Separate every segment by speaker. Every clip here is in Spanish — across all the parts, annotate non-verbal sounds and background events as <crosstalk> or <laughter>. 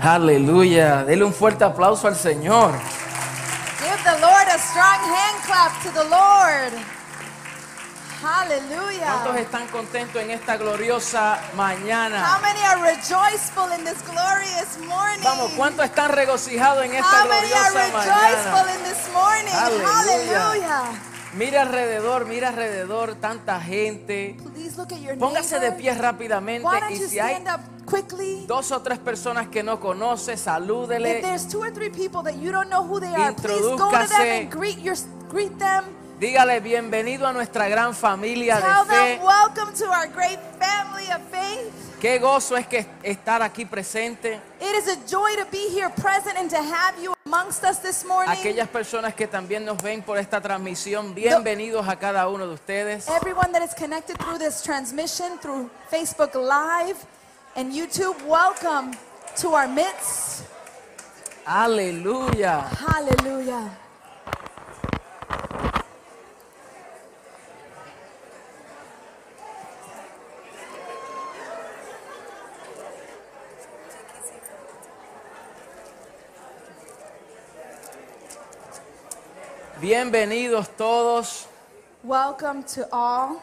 Speaker 1: Aleluya. Dele un fuerte aplauso al Señor.
Speaker 2: Give the Lord a strong hand clap to the Lord.
Speaker 1: ¿Cuántos
Speaker 2: Hallelujah.
Speaker 1: están contentos en esta gloriosa
Speaker 2: How
Speaker 1: mañana?
Speaker 2: many are rejoiceful in this glorious morning?
Speaker 1: Vamos, ¿cuántos están regocijados en esta
Speaker 2: How many are
Speaker 1: gloriosa mañana?
Speaker 2: rejoiceful in this morning?
Speaker 1: Hallelujah.
Speaker 2: Hallelujah.
Speaker 1: Mira alrededor, mira alrededor, tanta gente.
Speaker 2: Please look at your
Speaker 1: Póngase de
Speaker 2: neighbor.
Speaker 1: pie rápidamente
Speaker 2: Why don't
Speaker 1: y
Speaker 2: you
Speaker 1: si hay
Speaker 2: stand up quickly?
Speaker 1: dos o tres personas que no conoce,
Speaker 2: If
Speaker 1: salúdele,
Speaker 2: there's two or three people that you don't know who they are, please go to them
Speaker 1: Introdúzcase.
Speaker 2: and greet your greet them.
Speaker 1: dígale bienvenido a nuestra gran familia
Speaker 2: Tell
Speaker 1: de fe.
Speaker 2: them welcome to our great family of faith.
Speaker 1: Qué gozo es que estar aquí presente.
Speaker 2: It is a joy to be here present and to have you amongst us this morning.
Speaker 1: Aquellas personas que también nos ven por esta transmisión, bienvenidos a cada uno de ustedes.
Speaker 2: Everyone that is connected through this transmission, through Facebook Live and YouTube, welcome to our midst.
Speaker 1: Aleluya.
Speaker 2: Hallelujah.
Speaker 1: Bienvenidos todos,
Speaker 2: Welcome to all.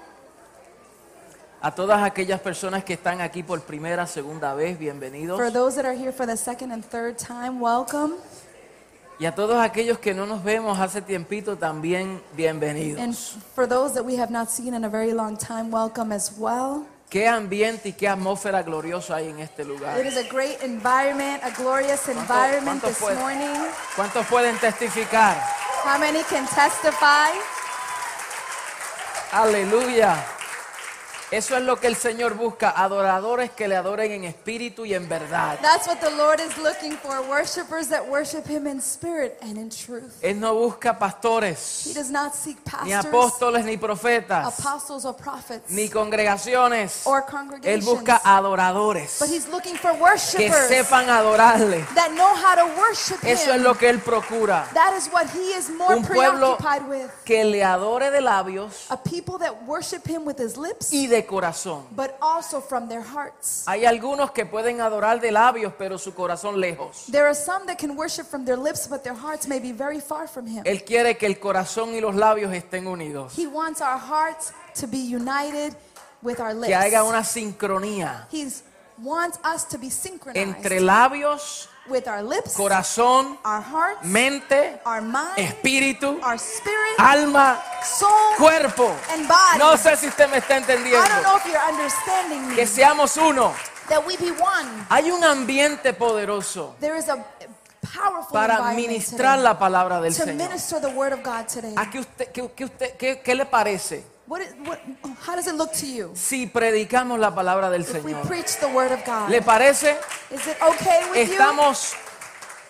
Speaker 1: a todas aquellas personas que están aquí por primera, segunda vez, bienvenidos.
Speaker 2: For those that are here for the second and third time, welcome.
Speaker 1: Y a todos aquellos que no nos vemos hace tiempito, también bienvenidos.
Speaker 2: And for those that we have not seen in a very long time, welcome as well.
Speaker 1: Qué ambiente y qué atmósfera gloriosa hay en este
Speaker 2: It
Speaker 1: lugar.
Speaker 2: is a great environment, a glorious environment
Speaker 1: cuánto
Speaker 2: this
Speaker 1: puede?
Speaker 2: morning.
Speaker 1: ¿Cuántos pueden testificar?
Speaker 2: How many can testify?
Speaker 1: Aleluya. Eso es lo que el Señor busca, adoradores que le adoren en espíritu y en verdad.
Speaker 2: That's what the Lord is looking for worshipers that worship Him in spirit and in truth.
Speaker 1: Él no busca
Speaker 2: He
Speaker 1: pastores,
Speaker 2: does not seek
Speaker 1: ni
Speaker 2: pastors,
Speaker 1: apóstoles, ni profetas,
Speaker 2: apostles, or prophets,
Speaker 1: ni congregaciones.
Speaker 2: or
Speaker 1: Él
Speaker 2: congregations,
Speaker 1: busca adoradores
Speaker 2: but He's looking for
Speaker 1: que
Speaker 2: worshipers
Speaker 1: sepan adorarle.
Speaker 2: that know how to worship
Speaker 1: Eso es
Speaker 2: Him.
Speaker 1: lo que Él procura.
Speaker 2: That is what He is more
Speaker 1: Un pueblo
Speaker 2: preoccupied with.
Speaker 1: que le adore de labios
Speaker 2: A people that worship Him with His lips,
Speaker 1: y de corazón.
Speaker 2: but also from their hearts.
Speaker 1: Hay algunos que pueden adorar de labios, pero su corazón lejos.
Speaker 2: There are some that can worship from their lips, but their hearts may be very far from Him.
Speaker 1: Él quiere que el corazón y los labios estén unidos.
Speaker 2: He wants our hearts to be united with our lips.
Speaker 1: Que haya una sincronía
Speaker 2: He wants us to be
Speaker 1: entre
Speaker 2: synchronized
Speaker 1: labios,
Speaker 2: with our lips,
Speaker 1: corazón, eh.
Speaker 2: our hearts,
Speaker 1: mente,
Speaker 2: our mind,
Speaker 1: espíritu,
Speaker 2: our spirit,
Speaker 1: alma,
Speaker 2: soul,
Speaker 1: cuerpo.
Speaker 2: and body.
Speaker 1: No sé si usted me está
Speaker 2: I don't
Speaker 1: entendiendo.
Speaker 2: know if you're understanding me.
Speaker 1: Que seamos uno.
Speaker 2: That we be one.
Speaker 1: Hay un ambiente poderoso
Speaker 2: There is a powerful
Speaker 1: para
Speaker 2: environment
Speaker 1: ministrar la palabra del
Speaker 2: today to
Speaker 1: Señor.
Speaker 2: minister the word of God today.
Speaker 1: ¿A qué usted, qué- qué usted- qué- qué le parece
Speaker 2: What, is, what how does it look to you
Speaker 1: si predicamos la palabra del
Speaker 2: if we
Speaker 1: Señor?
Speaker 2: preach the word of God?
Speaker 1: ¿Le parece?
Speaker 2: Is it okay with you?
Speaker 1: Estamos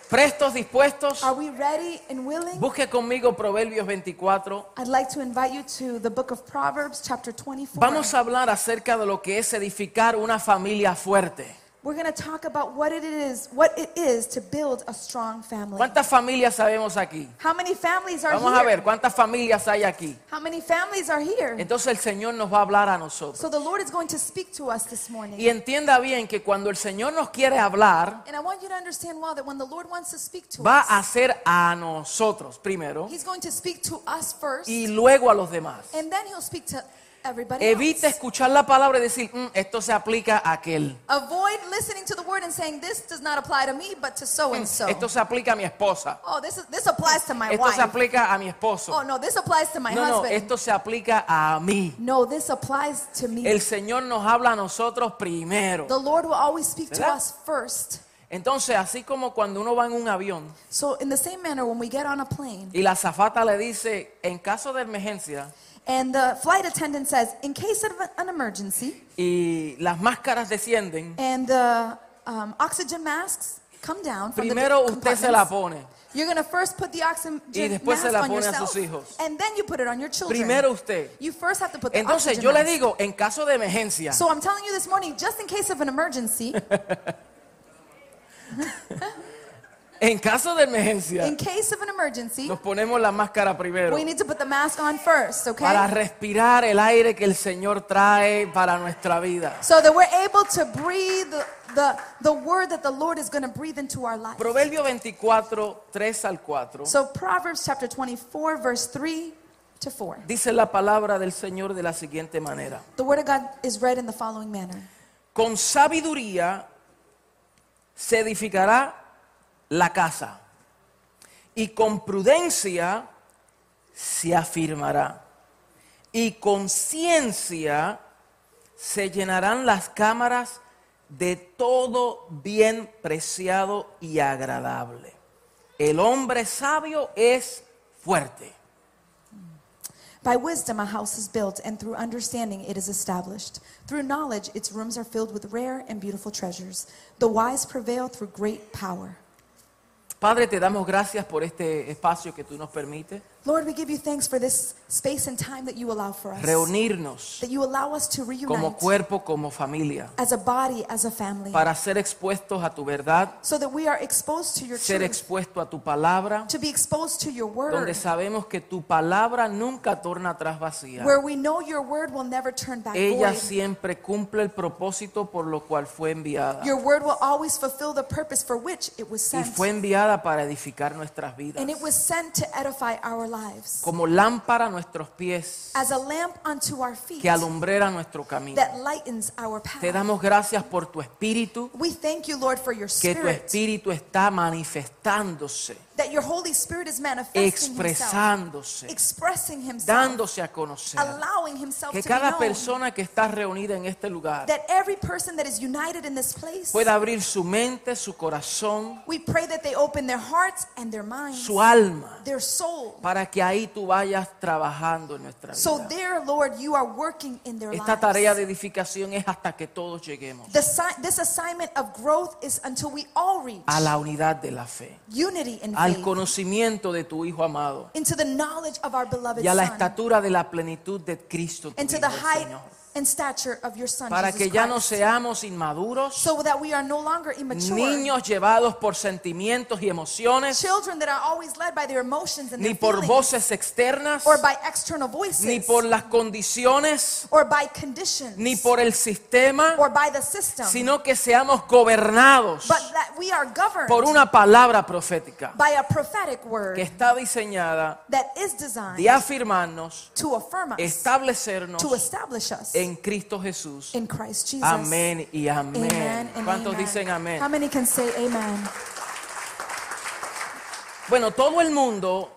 Speaker 1: prestos, dispuestos.
Speaker 2: Are we ready and willing?
Speaker 1: Busque conmigo Proverbios 24.
Speaker 2: I'd like to invite you to the book of Proverbs, chapter 24.
Speaker 1: Vamos a hablar acerca de lo que es edificar una familia fuerte.
Speaker 2: We're going to talk about what it is, what it is to build a strong family.
Speaker 1: ¿Cuántas familias sabemos aquí?
Speaker 2: How many families are
Speaker 1: Vamos a
Speaker 2: here?
Speaker 1: ver cuántas familias hay aquí.
Speaker 2: How many families are here?
Speaker 1: Entonces el Señor nos va a hablar a nosotros.
Speaker 2: So the Lord is going to speak to us this morning.
Speaker 1: Y entienda bien que cuando el Señor nos quiere hablar,
Speaker 2: And I want you to understand well that when the Lord wants to speak to
Speaker 1: va a
Speaker 2: us,
Speaker 1: ser a nosotros primero
Speaker 2: he's going to speak to us first
Speaker 1: y luego a los demás.
Speaker 2: and then he'll speak to everybody
Speaker 1: Evite
Speaker 2: else.
Speaker 1: escuchar la palabra y decir, "Mm, esto se aplica a aquel.
Speaker 2: Avoid listening to the word and saying this does not apply to me but to so and so.
Speaker 1: Esto se aplica a mi esposa.
Speaker 2: Oh, this is, this applies to my
Speaker 1: Esto se
Speaker 2: wife.
Speaker 1: aplica a mi
Speaker 2: Oh,
Speaker 1: esposo.
Speaker 2: no, this applies to my
Speaker 1: No, no,
Speaker 2: husband.
Speaker 1: esto se aplica a mí.
Speaker 2: No, this applies to me.
Speaker 1: El Señor nos habla a nosotros primero.
Speaker 2: the Lord will always speak to
Speaker 1: ¿Verdad?
Speaker 2: us first.
Speaker 1: Entonces, así como cuando uno va en un avión
Speaker 2: So, in the same manner, when we get on a plane
Speaker 1: y la azafata le dice, en caso de emergencia,
Speaker 2: and the flight attendant says, in case of an emergency,
Speaker 1: y las máscaras descienden,
Speaker 2: and the um, oxygen masks come down, from the
Speaker 1: primero usted
Speaker 2: compartments,
Speaker 1: se la pone.
Speaker 2: you're going to first put the oxygen
Speaker 1: Y después
Speaker 2: mask
Speaker 1: se la
Speaker 2: on
Speaker 1: pone a
Speaker 2: yourself,
Speaker 1: sus hijos.
Speaker 2: and then you put it on your children.
Speaker 1: Primero usted.
Speaker 2: you first have to put the
Speaker 1: Entonces
Speaker 2: oxygen
Speaker 1: yo le
Speaker 2: mask.
Speaker 1: digo, en caso de emergencia,
Speaker 2: So, I'm telling you
Speaker 1: <laughs>
Speaker 2: this morning, just in case of an emergency,
Speaker 1: En caso de emergencia,
Speaker 2: In case of an emergency,
Speaker 1: nos ponemos la máscara primero
Speaker 2: we need to put the mask on first,
Speaker 1: para
Speaker 2: okay?
Speaker 1: respirar el aire que el Señor trae para nuestra vida.
Speaker 2: So that we're able to breathe the, the, the word that the Lord is going to breathe into our life.
Speaker 1: Proverbio 24, 3 al 4,
Speaker 2: So Proverbs chapter 24, verse 3 to 4.
Speaker 1: dice la palabra del Señor de la siguiente manera.
Speaker 2: The word of God is read in the following manner.
Speaker 1: Con sabiduría se edificará la casa y con prudencia se afirmará y con ciencia se llenarán las cámaras de todo bien preciado y agradable. El hombre sabio es fuerte.
Speaker 2: By wisdom, a house is built, and through understanding, it is established. Through knowledge, its rooms are filled with rare and beautiful treasures. The wise prevail through great power.
Speaker 1: Padre, te damos gracias por este espacio que tú nos permites
Speaker 2: Lord, we give you thanks for this space and time that you allow for us,
Speaker 1: reunirnos
Speaker 2: that you allow us to
Speaker 1: como
Speaker 2: reunite
Speaker 1: cuerpo, como familia,
Speaker 2: as a body, as a family,
Speaker 1: para ser expuestos a tu verdad,
Speaker 2: so that we are exposed to your
Speaker 1: ser
Speaker 2: truth,
Speaker 1: expuesto a tu palabra,
Speaker 2: to be exposed to your
Speaker 1: donde
Speaker 2: word,
Speaker 1: sabemos que tu palabra nunca torna atrás vacía.
Speaker 2: where we know your word will never turn back
Speaker 1: Ella
Speaker 2: void.
Speaker 1: siempre cumple el propósito por lo cual fue enviada.
Speaker 2: Your word will always fulfill the purpose for which it was
Speaker 1: Y
Speaker 2: sent.
Speaker 1: fue enviada para edificar nuestras vidas.
Speaker 2: And it was sent to edify our lives
Speaker 1: Como lámpara a nuestros pies
Speaker 2: as a lamp unto our feet
Speaker 1: que alumbrera nuestro camino.
Speaker 2: that lightens our
Speaker 1: Te
Speaker 2: path.
Speaker 1: damos gracias por tu espíritu,
Speaker 2: We thank you, Lord, for your
Speaker 1: que tu
Speaker 2: spirit,
Speaker 1: espíritu está manifestándose,
Speaker 2: that your Holy Spirit is manifesting himself,
Speaker 1: expresándose,
Speaker 2: expressing himself,
Speaker 1: dándose a conocer.
Speaker 2: allowing himself
Speaker 1: Que
Speaker 2: to be known,
Speaker 1: cada persona que está reunida en este lugar
Speaker 2: that every person that is united in this place,
Speaker 1: pueda abrir su mente, su corazón,
Speaker 2: we pray that they open their hearts and their minds,
Speaker 1: su alma,
Speaker 2: their soul,
Speaker 1: para que ahí tú vayas trabajando en nuestra
Speaker 2: so
Speaker 1: vida.
Speaker 2: there, Lord, you are working in their
Speaker 1: Esta
Speaker 2: lives.
Speaker 1: tarea de edificación es hasta que todos lleguemos
Speaker 2: The si- this assignment of growth is until we all reach
Speaker 1: a la unidad de la fe,
Speaker 2: unity in
Speaker 1: al
Speaker 2: faith,
Speaker 1: conocimiento de tu Hijo amado
Speaker 2: into the knowledge of our beloved
Speaker 1: y a la
Speaker 2: Son,
Speaker 1: estatura de la plenitud de Cristo, tu
Speaker 2: and to
Speaker 1: Hijo,
Speaker 2: the
Speaker 1: el
Speaker 2: height
Speaker 1: Señor.
Speaker 2: and stature of your Son,
Speaker 1: Para
Speaker 2: Jesus
Speaker 1: que ya no
Speaker 2: Christ,
Speaker 1: seamos inmaduros,
Speaker 2: so that we are no longer immature,
Speaker 1: niños llevados por sentimientos y emociones,
Speaker 2: children that are always led by their emotions and
Speaker 1: ni
Speaker 2: their
Speaker 1: por
Speaker 2: feelings,
Speaker 1: voces externas,
Speaker 2: or by external voices,
Speaker 1: ni por las condiciones,
Speaker 2: or by conditions,
Speaker 1: ni por el sistema,
Speaker 2: or by the system,
Speaker 1: sino que seamos gobernados
Speaker 2: but that we are governed
Speaker 1: por una palabra profética
Speaker 2: by a prophetic word
Speaker 1: que está diseñada
Speaker 2: that is designed
Speaker 1: de afirmarnos,
Speaker 2: to affirm us,
Speaker 1: establecernos
Speaker 2: to establish us
Speaker 1: en Cristo Jesús.
Speaker 2: in Christ Jesus.
Speaker 1: Amén y
Speaker 2: Amen
Speaker 1: amén.
Speaker 2: and
Speaker 1: ¿Cuántos
Speaker 2: amen.
Speaker 1: dicen amén?
Speaker 2: How many can say amen?
Speaker 1: Bueno, todo el mundo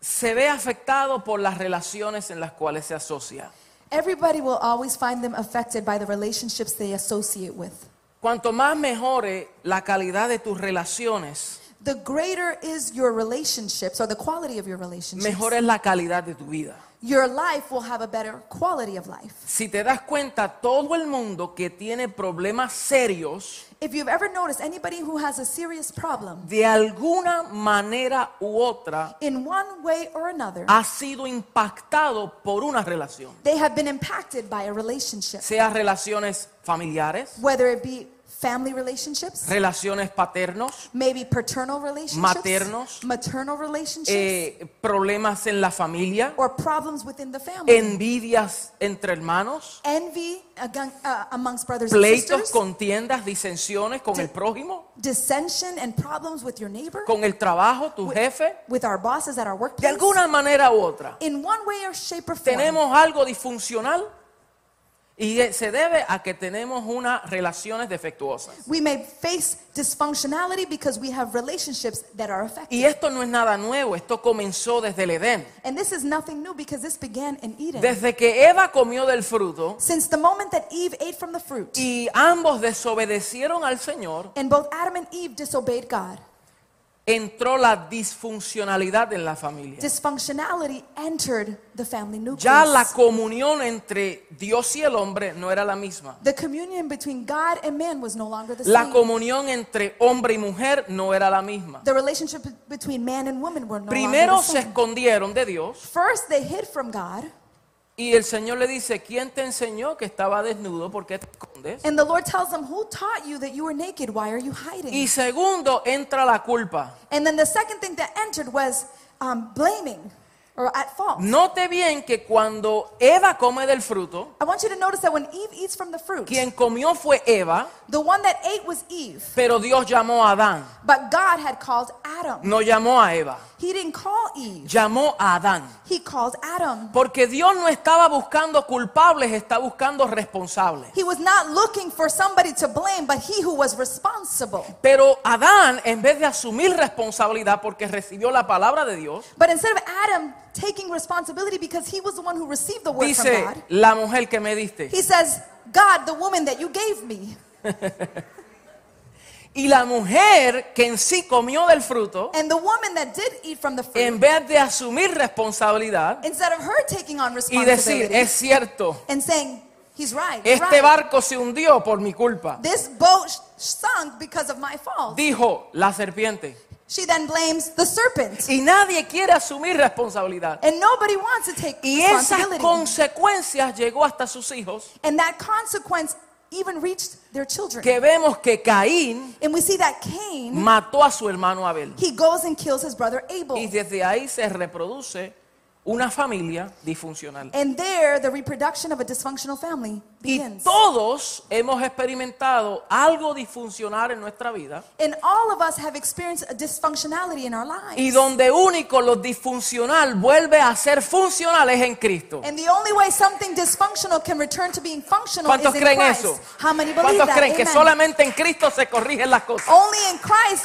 Speaker 1: se ve afectado por las relaciones en las cuales se asocia.
Speaker 2: Everybody will always find them affected by the relationships they associate with.
Speaker 1: Cuanto más mejore la calidad de tus relaciones,
Speaker 2: The greater is your relationships or the quality of your relationships,
Speaker 1: mejor es la calidad de tu vida.
Speaker 2: your life will have a better quality of life.
Speaker 1: Si te das cuenta, todo el mundo que tiene problemas serios,
Speaker 2: If you've ever noticed anybody who has a serious problem,
Speaker 1: de alguna manera u otra,
Speaker 2: in one way or another,
Speaker 1: ha sido impactado por una relación.
Speaker 2: they have been impacted by a relationship,
Speaker 1: Sea relaciones familiares,
Speaker 2: whether it be family relationships,
Speaker 1: relaciones paternos,
Speaker 2: maybe paternal relationships,
Speaker 1: Maternos.
Speaker 2: maternal relationships,
Speaker 1: eh, problemas en la familia,
Speaker 2: or problems within the family.
Speaker 1: envidias entre hermanos,
Speaker 2: envy agang- uh, amongst brothers and
Speaker 1: pleitos,
Speaker 2: sisters,
Speaker 1: contiendas, disensiones con el prójimo,
Speaker 2: dissension and problems with your neighbor,
Speaker 1: con el trabajo, tu jefe,
Speaker 2: with our bosses at our
Speaker 1: de
Speaker 2: workplace.
Speaker 1: alguna manera u otra.
Speaker 2: in one way or shape or form,
Speaker 1: tenemos algo disfuncional y eh, se debe a que tenemos unas relaciones defectuosas.
Speaker 2: we may face dysfunctionality because we have relationships that are affected.
Speaker 1: Y esto no es nada nuevo, esto comenzó desde el Edén.
Speaker 2: and this is nothing new because this began in Eden.
Speaker 1: Desde que Eva comió del fruto
Speaker 2: Since the moment that Eve ate from the fruit,
Speaker 1: y ambos desobedecieron al Señor,
Speaker 2: and both Adam and Eve disobeyed God,
Speaker 1: entró la disfuncionalidad en la familia.
Speaker 2: dysfunctionality entered the family nucleus.
Speaker 1: Ya la comunión entre Dios y el hombre no era la misma.
Speaker 2: the communion between God and man was no longer the
Speaker 1: La
Speaker 2: same.
Speaker 1: comunión entre hombre y mujer no era la misma.
Speaker 2: the relationship be- between man and woman were no longer
Speaker 1: Primero
Speaker 2: the
Speaker 1: se
Speaker 2: same.
Speaker 1: escondieron de Dios
Speaker 2: First, they hid from God,
Speaker 1: Y el Señor le dice, ¿quién te enseñó que estaba desnudo? ¿Por qué te escondes?
Speaker 2: And the Lord tells them, Who taught you that you were naked? Why are you hiding?
Speaker 1: Y segundo, entra la culpa.
Speaker 2: and then the second thing that entered was um, blaming or at fault.
Speaker 1: Note bien que cuando Eva come del fruto,
Speaker 2: I want you to notice that when Eve eats from the fruit,
Speaker 1: quien comió fue Eva,
Speaker 2: the one that ate was Eve,
Speaker 1: pero Dios llamó a Adán.
Speaker 2: but God had called Adam.
Speaker 1: No llamó a Eva,
Speaker 2: He didn't call Eve,
Speaker 1: llamó a Adán.
Speaker 2: he called Adam.
Speaker 1: Porque Dios no estaba buscando culpables, está buscando responsables.
Speaker 2: He was not looking for somebody to blame, but he who was responsible.
Speaker 1: Pero Adán, en vez de asumir responsabilidad porque recibió la palabra de Dios,
Speaker 2: But instead of Adam taking responsibility because he was the one who received the word from
Speaker 1: dice,
Speaker 2: God,
Speaker 1: la mujer que me diste.
Speaker 2: he says, God, the woman that you gave me.
Speaker 1: Y la mujer que en sí comió del fruto,
Speaker 2: And the woman that did eat from the fruit,
Speaker 1: en vez de asumir responsabilidad
Speaker 2: instead of her taking on
Speaker 1: y decir,
Speaker 2: responsibility
Speaker 1: es cierto,
Speaker 2: and saying, He's right, he's
Speaker 1: este
Speaker 2: right.
Speaker 1: barco se hundió por mi culpa,
Speaker 2: this boat sh- sunk because of my fault.
Speaker 1: dijo la serpiente.
Speaker 2: She then blames the serpent.
Speaker 1: Y nadie quiere asumir responsabilidad.
Speaker 2: And nobody wants to take
Speaker 1: Y esas
Speaker 2: responsibility.
Speaker 1: consecuencias llegó hasta sus hijos,
Speaker 2: and that consequence even reached their children.
Speaker 1: que Mm. vemos que Caín
Speaker 2: and we see that Cain,
Speaker 1: mató a su hermano Abel.
Speaker 2: he goes and kills his brother Abel.
Speaker 1: Y desde ahí se reproduce una familia disfuncional.
Speaker 2: And there, the reproduction of a dysfunctional family
Speaker 1: Y
Speaker 2: begins.
Speaker 1: todos hemos experimentado algo disfuncional en nuestra vida.
Speaker 2: And all of us have experienced a dysfunctionality in our lives.
Speaker 1: Y donde único lo disfuncional vuelve a ser funcional es en Cristo.
Speaker 2: And the only way something dysfunctional can return to being functional is in
Speaker 1: ¿Cuántos creen
Speaker 2: Christ.
Speaker 1: eso?
Speaker 2: How many believe
Speaker 1: ¿Cuántos
Speaker 2: that?
Speaker 1: creen que
Speaker 2: Amen. Oh,
Speaker 1: solamente en Cristo se corrigen las cosas?
Speaker 2: Only in Christ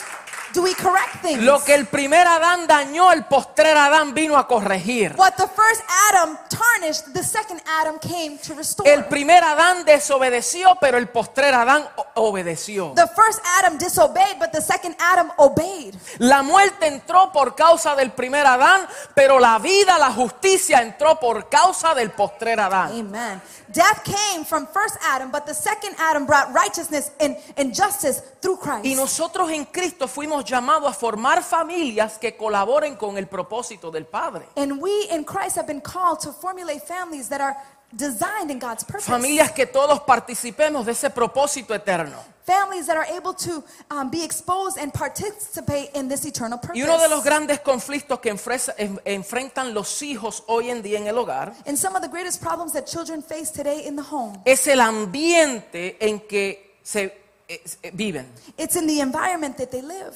Speaker 2: do we correct things.
Speaker 1: Lo que el primer Adán dañó, el postrer Adán vino a corregir.
Speaker 2: what the first Adam tarnished, the second Adam came to restore.
Speaker 1: El primer Adán desobedeció, pero el postrer Adán o- obedeció.
Speaker 2: the first Adam disobeyed, but the second Adam obeyed.
Speaker 1: La muerte entró por causa del primer Adán, pero la vida, la justicia entró por causa del postrer Adán.
Speaker 2: Amen. Death came from first Adam, but the second Adam brought righteousness and, and justice through Christ.
Speaker 1: Y nosotros en Cristo fuimos llamados a formar familias que colaboren con el propósito del Padre.
Speaker 2: And we in Christ have been called to formulate families that are designed in God's purpose.
Speaker 1: Familias que todos participemos de ese propósito eterno.
Speaker 2: Families that are able to um, be exposed and participate in this eternal purpose.
Speaker 1: Y uno de los grandes conflictos que enfresa- en- enfrentan los hijos hoy en día en el hogar
Speaker 2: and some of the greatest problems that children face today in the home.
Speaker 1: es el ambiente en que se eh, eh, viven.
Speaker 2: It's in the environment that they live.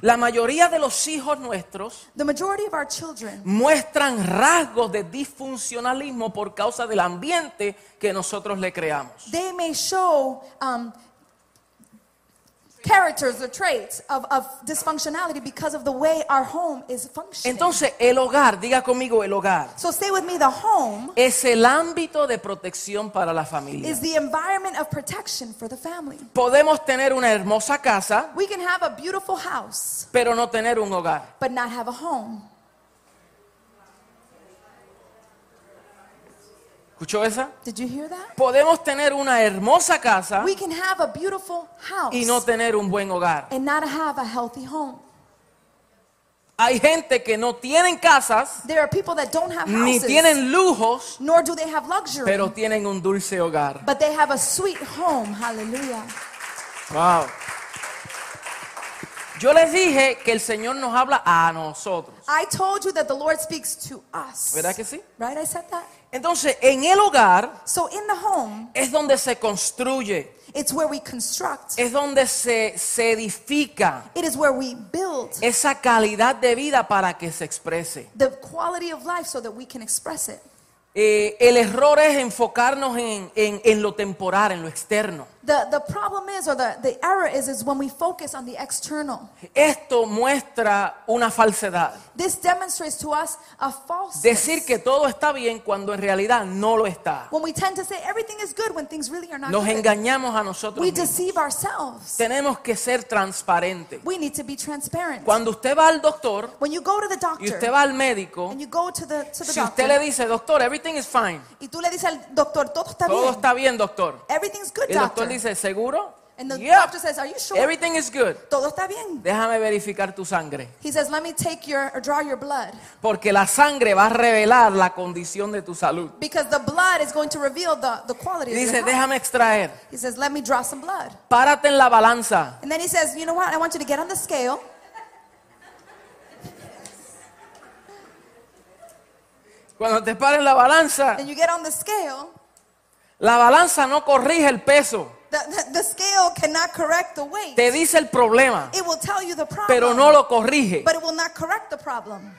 Speaker 1: La mayoría de los hijos nuestros
Speaker 2: The majority of our children
Speaker 1: muestran rasgos de disfuncionalismo por causa del ambiente que nosotros le creamos.
Speaker 2: they may show um, characters or traits of, of dysfunctionality because of the way our home is functioning.
Speaker 1: Entonces, el hogar, diga conmigo, el hogar
Speaker 2: so stay with me. The home
Speaker 1: es el ámbito de protección para la familia.
Speaker 2: is the environment of protection for the family.
Speaker 1: Podemos tener una hermosa casa,
Speaker 2: We can have a beautiful house,
Speaker 1: pero no tener un hogar.
Speaker 2: but not have a home.
Speaker 1: ¿Escuchó esa?
Speaker 2: Did you hear that?
Speaker 1: Podemos tener una hermosa casa
Speaker 2: We can have a beautiful house
Speaker 1: y no tener un buen hogar.
Speaker 2: and not have a healthy home.
Speaker 1: Hay gente que no tienen casas
Speaker 2: There are people that don't have
Speaker 1: ni
Speaker 2: houses,
Speaker 1: tienen lujos,
Speaker 2: nor do they have luxury,
Speaker 1: pero tienen un dulce hogar.
Speaker 2: but they have a sweet home. Hallelujah.
Speaker 1: Wow. Yo les dije que el Señor nos habla a nosotros.
Speaker 2: I told you that the Lord speaks to us.
Speaker 1: ¿Verdad que sí?
Speaker 2: Right? I said that.
Speaker 1: Entonces, en el hogar
Speaker 2: So in the home,
Speaker 1: es donde se construye,
Speaker 2: it's where we construct.
Speaker 1: es donde se, se edifica
Speaker 2: It is where we build
Speaker 1: esa calidad de vida para que se exprese.
Speaker 2: the quality of life so that we can express it.
Speaker 1: Eh, el error es enfocarnos en, en- en lo temporal, en lo externo.
Speaker 2: The, the problem is, or the, the error is, is when we focus on the external.
Speaker 1: Esto muestra una falsedad.
Speaker 2: This demonstrates to us a false
Speaker 1: Decir que todo está bien cuando en realidad no lo está.
Speaker 2: when we tend to say everything is good when things really are not
Speaker 1: Nos
Speaker 2: good.
Speaker 1: engañamos a nosotros
Speaker 2: We
Speaker 1: mismos.
Speaker 2: deceive ourselves.
Speaker 1: Tenemos que ser transparentes.
Speaker 2: We need to be transparent.
Speaker 1: Cuando usted va al doctor
Speaker 2: When you go to the
Speaker 1: y
Speaker 2: doctor
Speaker 1: usted va al médico,
Speaker 2: and you go to the to the
Speaker 1: si
Speaker 2: doctor
Speaker 1: usted le dice, doctor, everything is fine,
Speaker 2: y tú le dices al doctor todo está
Speaker 1: todo
Speaker 2: bien,
Speaker 1: está bien, doctor.
Speaker 2: everything's good,
Speaker 1: El doctor
Speaker 2: doctor.
Speaker 1: dice, ¿seguro?
Speaker 2: And And the
Speaker 1: Yep.
Speaker 2: doctor says, Are you sure?
Speaker 1: Everything is good.
Speaker 2: Todo está bien.
Speaker 1: Déjame verificar tu sangre.
Speaker 2: He says, Let me take your, or draw your blood.
Speaker 1: Porque la sangre va a revelar la condición de tu salud.
Speaker 2: Because the blood is going to reveal the, the quality
Speaker 1: Y
Speaker 2: of your
Speaker 1: dice,
Speaker 2: health."
Speaker 1: déjame extraer.
Speaker 2: He says, Let me draw some blood.
Speaker 1: Párate en la balanza.
Speaker 2: And then he says, You know what? I want you to get on the scale.
Speaker 1: Cuando te pares en la balanza,
Speaker 2: And you get on the scale.
Speaker 1: la balanza no corrige el peso.
Speaker 2: The, the, the scale cannot correct the weight.
Speaker 1: Te dice el problema,
Speaker 2: It will tell you the problem,
Speaker 1: pero no lo corrige.
Speaker 2: but it will not correct the problem.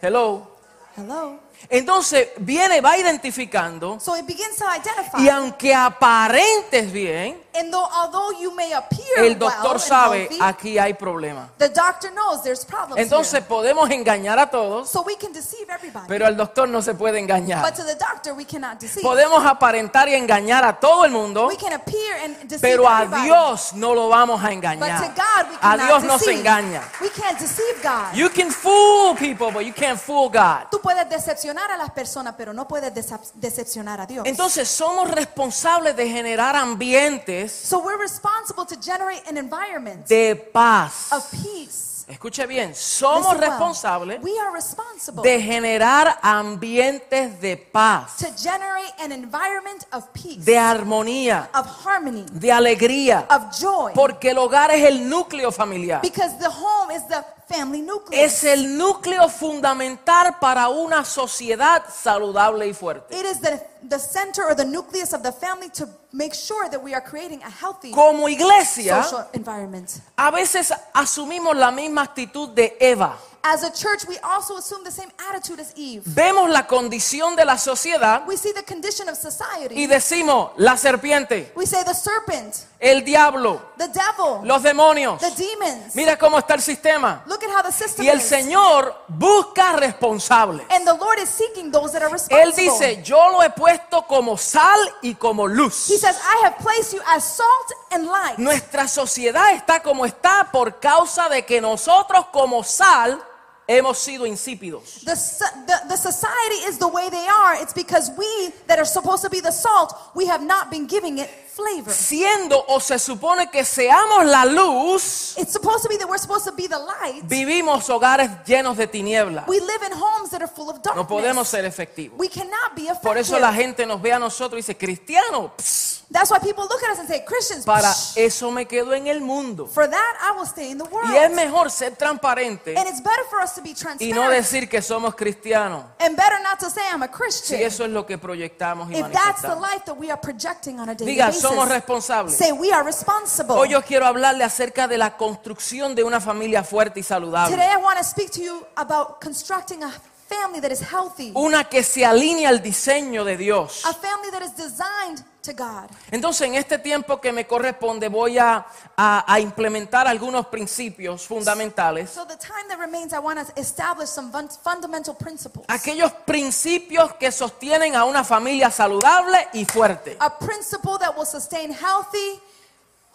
Speaker 1: Hello.
Speaker 2: Hello.
Speaker 1: Entonces viene, va identificando.
Speaker 2: So it begins to identify.
Speaker 1: Y aunque aparentes bien,
Speaker 2: And though, although you may appear
Speaker 1: el
Speaker 2: well
Speaker 1: doctor
Speaker 2: and
Speaker 1: sabe,
Speaker 2: healthy,
Speaker 1: aquí hay problema.
Speaker 2: the doctor knows there's problems here.
Speaker 1: Entonces podemos engañar a todos,
Speaker 2: so we can deceive everybody.
Speaker 1: pero al doctor no se puede
Speaker 2: but
Speaker 1: engañar.
Speaker 2: to the doctor, we cannot deceive.
Speaker 1: Podemos aparentar y engañar a todo el mundo,
Speaker 2: we can appear and deceive
Speaker 1: pero a
Speaker 2: everybody.
Speaker 1: Dios no lo vamos a
Speaker 2: but to
Speaker 1: engañar.
Speaker 2: God, we
Speaker 1: A
Speaker 2: cannot
Speaker 1: Dios no se
Speaker 2: deceive.
Speaker 1: engaña.
Speaker 2: We can't deceive God.
Speaker 1: You can fool people, but you can't fool God.
Speaker 2: Tú puedes decepcionar a las personas, pero no puedes decep- decepcionar a Dios.
Speaker 1: Entonces somos responsables de generar ambientes
Speaker 2: so we're responsible to generate an environment
Speaker 1: de paz.
Speaker 2: of peace.
Speaker 1: Escuche bien, somos
Speaker 2: Listen well.
Speaker 1: responsables
Speaker 2: We are responsible
Speaker 1: de generar ambientes de paz,
Speaker 2: to generate an environment of peace,
Speaker 1: de armonía,
Speaker 2: of harmony,
Speaker 1: de alegría,
Speaker 2: of joy,
Speaker 1: porque el hogar es el núcleo familiar.
Speaker 2: because the home is the family nucleus.
Speaker 1: Es el núcleo fundamental para una sociedad saludable y fuerte.
Speaker 2: It is the, the center or the nucleus of the family to make sure that we are creating a healthy
Speaker 1: Como iglesia,
Speaker 2: social environment.
Speaker 1: a veces asumimos la misma actitud de Eva.
Speaker 2: As a church, we also assume the same attitude as Eve.
Speaker 1: Vemos la condición de la sociedad
Speaker 2: We see the condition of society.
Speaker 1: y decimos, la serpiente,
Speaker 2: we say the serpent,
Speaker 1: el diablo,
Speaker 2: the devil,
Speaker 1: los demonios.
Speaker 2: the demons.
Speaker 1: Mira cómo está el sistema.
Speaker 2: Look at how the system
Speaker 1: Y el
Speaker 2: is.
Speaker 1: Señor busca responsables.
Speaker 2: and the Lord is seeking those that are responsible.
Speaker 1: Él dice, yo lo he puesto como sal y como
Speaker 2: He
Speaker 1: luz.
Speaker 2: says, I have placed you as salt and light.
Speaker 1: Nuestra sociedad está como está por causa de que nosotros como sal hemos sido insípidos.
Speaker 2: The, so- the, the society is the way they are. It's because we that are supposed to be the salt, we have not been giving it flavor.
Speaker 1: Siendo o se supone que seamos la luz,
Speaker 2: It's supposed to be that we're supposed to be the light.
Speaker 1: vivimos hogares llenos de tinieblas.
Speaker 2: We live in homes that are full of
Speaker 1: No podemos
Speaker 2: darkness.
Speaker 1: ser efectivos.
Speaker 2: We cannot be
Speaker 1: Por eso la
Speaker 2: effective.
Speaker 1: gente nos ve a nosotros y dice, cristiano, pss,
Speaker 2: That's why people look at us and say, Christians,
Speaker 1: para
Speaker 2: psh,
Speaker 1: eso me quedo en el mundo.
Speaker 2: for that I will stay in the world.
Speaker 1: Y es mejor ser transparente
Speaker 2: And it's better for us to be
Speaker 1: y no
Speaker 2: transparent
Speaker 1: decir que somos cristianos.
Speaker 2: and better not to say I'm a
Speaker 1: Si
Speaker 2: Christian
Speaker 1: eso es lo que proyectamos y
Speaker 2: if that's the
Speaker 1: manifestamos.
Speaker 2: life that we are projecting on a daily
Speaker 1: Diga,
Speaker 2: basis.
Speaker 1: somos responsables.
Speaker 2: Say we are responsible.
Speaker 1: Hoy yo quiero hablarle acerca de la construcción de una familia fuerte y
Speaker 2: Today
Speaker 1: saludable.
Speaker 2: I want to speak to you about constructing a family that is healthy,
Speaker 1: Una que se alinea al diseño de Dios.
Speaker 2: a family that is designed to God.
Speaker 1: Entonces, en este tiempo que me corresponde, voy a, a- a implementar algunos principios fundamentales.
Speaker 2: So the time that remains, I want to establish some fun- fundamental principles.
Speaker 1: Aquellos principios que sostienen a una familia saludable y fuerte.
Speaker 2: A principle that will sustain healthy